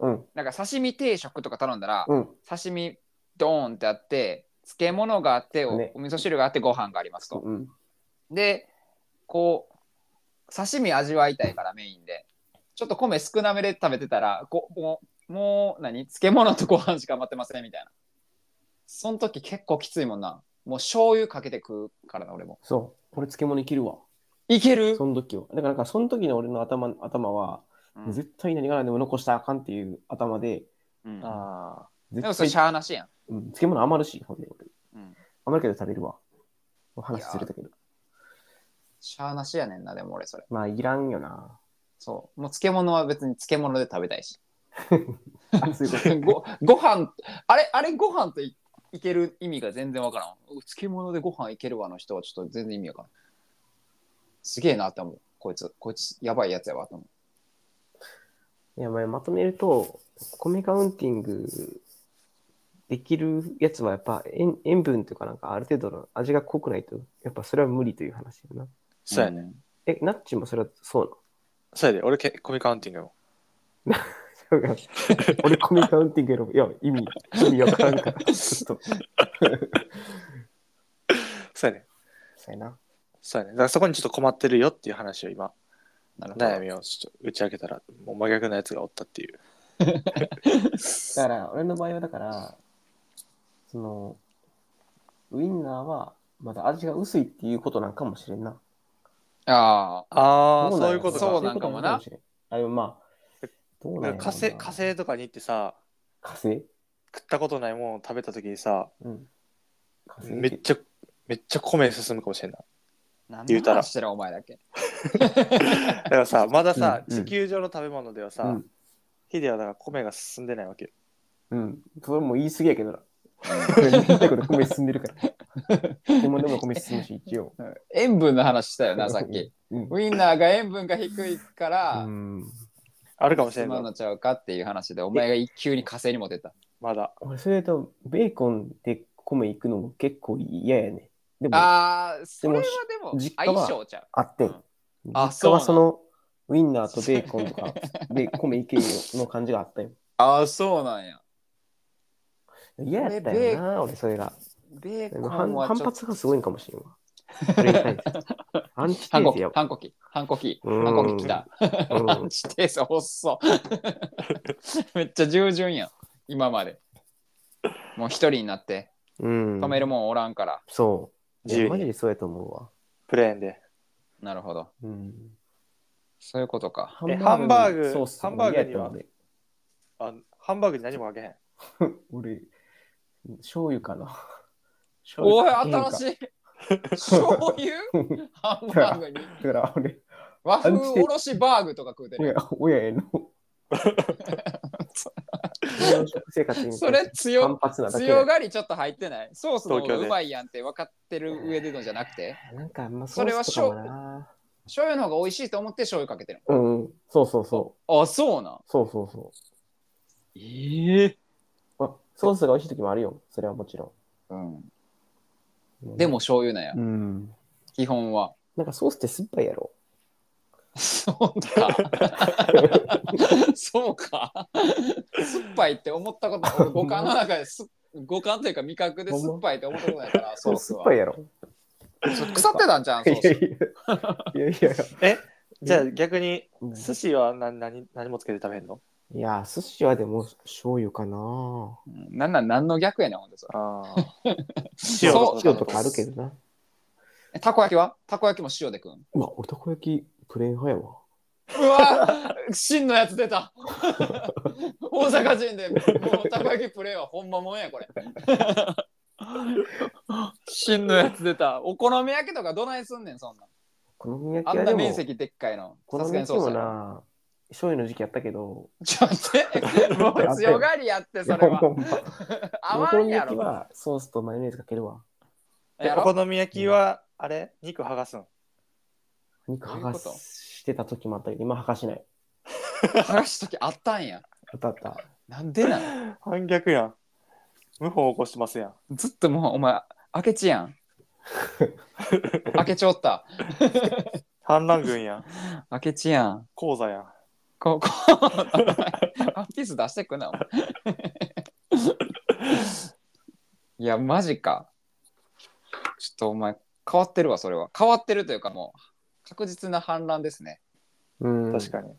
Speaker 6: うん。
Speaker 4: なんか刺身定食とか頼んだら、
Speaker 6: うん。
Speaker 4: 刺身ドーンってあって漬物があってお,、
Speaker 6: ね
Speaker 4: お味噌汁があってご飯がありますと、
Speaker 6: うん。
Speaker 4: でこう刺身味わいたいからメインでちょっと米少なめで食べてたらこもうもう何漬物とご飯しか余ってませんみたいなその時結構きついもんなもう醤油かけて食うからな俺も
Speaker 6: そう。俺漬物いけるわ。
Speaker 4: いける
Speaker 6: その時は。だからなんかその時の俺の頭頭は、
Speaker 4: うん
Speaker 6: 絶対何が何でも残したらあかんっていう頭で、
Speaker 4: うん
Speaker 2: あ
Speaker 6: 絶
Speaker 4: で
Speaker 6: 対
Speaker 4: もそれしゃあなしやん
Speaker 6: うん漬物余るし、ほんで俺。
Speaker 4: うん
Speaker 6: 余るけど食べるわ。お話するだけど。
Speaker 4: しゃあなしやねんなでも俺それ
Speaker 6: まあ、いらんよな。
Speaker 4: そうもう漬物は別に漬物で食べたいし
Speaker 6: あそういうこと
Speaker 4: ご ご飯あれあれご飯といいける意味が全然わからんう漬物でご飯いけるわの人はちょっと全然意味わからんすげえなって思うこいつこいつやばいやつやわと思
Speaker 6: いや、まあ、まとめると、米カウンティングできるやつはやっぱ塩塩分というかなんかある程度の味が濃くないと、やっぱそれは無理という話だな。
Speaker 2: ーそうやね。
Speaker 4: ね
Speaker 6: え、ナッチもそれはそう
Speaker 2: そうやで。俺け、米カウンティングやもん。
Speaker 6: なの 俺米カウンティングやろ。いや、意味、意味わからんから。ちょっと。
Speaker 2: そうやね。
Speaker 6: そうやな。
Speaker 2: そうやね。だからそこにちょっと困ってるよっていう話を今、
Speaker 4: なるほど
Speaker 2: 悩みをちょっと打ち明けたら、もう真逆のやつがおったっていう。
Speaker 6: だから、俺の場合はだから、その、ウインナーは、まだ味が薄いっていうことなんかもしれんな。
Speaker 4: あ
Speaker 2: ああ、
Speaker 6: ど
Speaker 2: そういうこと
Speaker 4: かそう
Speaker 2: か。
Speaker 4: なんかも
Speaker 6: そういうことか
Speaker 4: な。
Speaker 6: もしれんあ、でもまあ、どうなんやろうな
Speaker 2: 火星、火。星とかに行ってさ、
Speaker 6: 火星
Speaker 2: 食ったことないものを食べた時にさ、
Speaker 6: うん。火星
Speaker 2: めっちゃ、めっちゃ米進むかもしれんない。
Speaker 4: あ何
Speaker 2: 言う
Speaker 4: の
Speaker 2: たら
Speaker 4: 話してるお前だけ
Speaker 2: だからさ、まださ、
Speaker 6: うんうん
Speaker 2: 地球上の食べ物ではさ、
Speaker 6: うん
Speaker 2: ヒデはだから米が進んでないわけよ。
Speaker 6: うん。それも言い過ぎやけどな。これ、言いたいこと米進んでるから。でもでも米進むし、一応。
Speaker 4: 塩分の話したよなさっ き
Speaker 6: うん。
Speaker 4: ウインナーが塩分が低いか
Speaker 6: う
Speaker 4: ら、
Speaker 6: ん
Speaker 2: あるかもしれん
Speaker 4: ま
Speaker 2: の
Speaker 4: ん。のちゃうかっていう話でお前が一級に火星に持ってった
Speaker 2: まだ。
Speaker 6: 俺、それと、ベーコンで米行くのも結構嫌やね。でも、あ
Speaker 4: ああそれはでも
Speaker 6: でも実家は
Speaker 4: 相性ちゃう
Speaker 6: ってん。
Speaker 4: あ
Speaker 6: 実家は
Speaker 4: そ
Speaker 6: そう
Speaker 4: な
Speaker 6: のウインナーとベーコンとかで米いけるの感じがあったよ。
Speaker 4: ああそうなんや
Speaker 6: 嫌やったよな、俺、それが。
Speaker 4: ベ
Speaker 6: で
Speaker 4: ーコ
Speaker 6: も
Speaker 4: ン
Speaker 6: 反
Speaker 4: は
Speaker 6: 反
Speaker 4: ちょっと
Speaker 6: 発がすごいんかもしれんわ。それに対してアンチテ
Speaker 4: 反
Speaker 6: ー
Speaker 4: 抗
Speaker 6: ゼ
Speaker 4: 期
Speaker 6: やわ。
Speaker 4: 反抗期反抗期
Speaker 6: うん
Speaker 4: 反抗期来た
Speaker 6: うん
Speaker 4: アンチテーゼ細っ めっちゃ従順やん今までもう一人になって
Speaker 6: うん。
Speaker 4: 止めるもんおらんから、
Speaker 6: そう。い
Speaker 2: 自由
Speaker 6: やマ
Speaker 2: に
Speaker 6: ジでそうやと思うわ。
Speaker 2: プレーンで。
Speaker 4: なるほど
Speaker 6: うん。
Speaker 4: そういうことか
Speaker 2: えハンバーグ
Speaker 6: ソース
Speaker 2: ハンバーグに
Speaker 6: 嫌やっ
Speaker 2: は
Speaker 6: た俺
Speaker 2: あハンバーグに何もあげへん。
Speaker 6: 俺、醤油かな。醤
Speaker 4: おい
Speaker 6: 油
Speaker 4: 新し
Speaker 6: い。
Speaker 4: い醤油ハンバーグ に
Speaker 6: だから俺、
Speaker 4: 和風おろしバーグとか食うてる
Speaker 6: 親親への。俺の食生活に対して
Speaker 4: それ強
Speaker 6: 反発なだけだ
Speaker 4: 強がりちょっと入ってないソースの方がうまいやんって分かってる上でのじゃなくて
Speaker 6: なんか、まあ、
Speaker 4: それは
Speaker 6: ソースとかもな
Speaker 4: 醤油の方が美味しいと思って醤油かけてる
Speaker 6: うんうん、そうそうそう。
Speaker 4: あそうなん
Speaker 6: そうそうそ
Speaker 4: ええ
Speaker 6: う。あソースが美味しい時もあるよ。それはもちろん。
Speaker 4: でも、醤油なんや
Speaker 6: うん。
Speaker 4: 基本は
Speaker 6: なんかソースって酸っぱいやろ。
Speaker 4: そうか そうか酸っぱいって思ったこと俺五感の中です 五感というか味覚で酸っぱいって思ったことない からソース
Speaker 6: 酸っ
Speaker 4: は
Speaker 6: ぱいやろ。
Speaker 4: 腐ってたんじゃん
Speaker 6: い
Speaker 4: ソ
Speaker 6: や
Speaker 4: ース
Speaker 6: いやいやいや。
Speaker 2: じゃあ逆に
Speaker 6: うん
Speaker 2: 寿司は何何何もつけて食べへんの
Speaker 6: いや、寿司はでも醤油かな。
Speaker 4: うん なんなん何の逆やねんほんとそれ
Speaker 2: ああ。
Speaker 4: 塩
Speaker 2: と
Speaker 6: 塩とかあるけどな。
Speaker 4: えたこ焼きはたこ焼きも塩で食うん
Speaker 6: うわ、俺たこ焼きプレーン派やわ。
Speaker 4: うわ真のやつ出 た大阪人でもうたこ焼きプレイはほんまもんやこれ真のやつ出たお好み焼きとかどないすんねんそんなん
Speaker 6: お好み焼
Speaker 4: あ
Speaker 6: き
Speaker 4: ん
Speaker 6: は
Speaker 4: な
Speaker 6: でも、
Speaker 4: 面積でっかいの
Speaker 6: お
Speaker 4: さ
Speaker 6: 好
Speaker 4: す
Speaker 6: み
Speaker 4: がに
Speaker 6: 焼き
Speaker 4: そう
Speaker 6: も
Speaker 4: さや
Speaker 6: な、醤油の時期やったけど、
Speaker 4: ちょっと待ってもう強がりやってそれ は
Speaker 6: ほんま
Speaker 4: 合
Speaker 6: お
Speaker 4: わ
Speaker 6: 好
Speaker 4: ん
Speaker 6: み
Speaker 4: や
Speaker 6: 焼き
Speaker 4: ろ
Speaker 6: はソースとマヨネーズかけるわ。
Speaker 4: や
Speaker 2: お
Speaker 4: ろ
Speaker 2: 好み焼きは、あれ肉剥がすん。
Speaker 6: 肉剥が
Speaker 4: どういうこと
Speaker 6: してた時もあったけど、今剥がしない。
Speaker 4: 剥がす時あったんや
Speaker 6: あったあった。
Speaker 4: なんでなん
Speaker 2: 反逆やん。謀反起こしてますやん。
Speaker 4: ずっともうお前明けちや ん明けちょった
Speaker 2: 反乱軍やん。
Speaker 4: 明けちやん
Speaker 2: 口座やん。
Speaker 4: こ こワンピース出してくんな。お前 いや、マジか。ちょっとお前、変わってるわ、それは。変わってるというか、もう、確実な反乱ですね。
Speaker 6: うん。
Speaker 2: 確かに。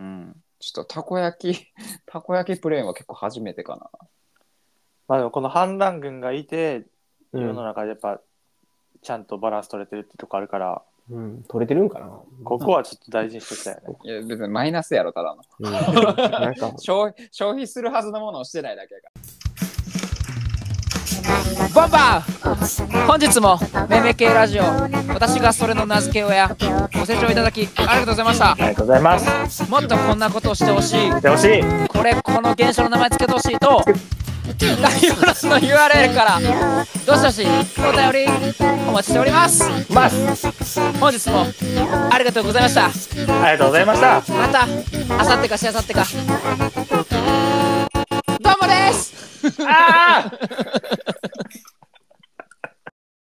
Speaker 4: うん。ちょっと、たこ焼き、 たこ焼きプレーンは結構初めてかな。
Speaker 2: まあでもこの反乱軍がいて、
Speaker 6: う
Speaker 2: 世
Speaker 6: ん
Speaker 2: の中でやっぱ、ちゃんとバランス取れてるってとこあるから、
Speaker 6: うん、取れてるんかな
Speaker 2: ここはちょっと大事にしていきたいよね。
Speaker 4: いや、別にマイナスやろ、ただの。
Speaker 6: うんなんか、
Speaker 4: 消費消費するはずのものをしてないだけやから。バンバン
Speaker 7: 本日もめめ系ラジオ私がそれの名付け親ご清聴いただきありがとうございました
Speaker 2: ありがとうございます。
Speaker 7: もっとこんなことをしてほしい
Speaker 2: でほしい。
Speaker 7: これこの現象の名前つけてほしいと概要欄の URL からどしどしお便りお待ちしております本日もありがとうございました
Speaker 2: ありがとうございました。
Speaker 7: またあさってかしあさってかどうもですああ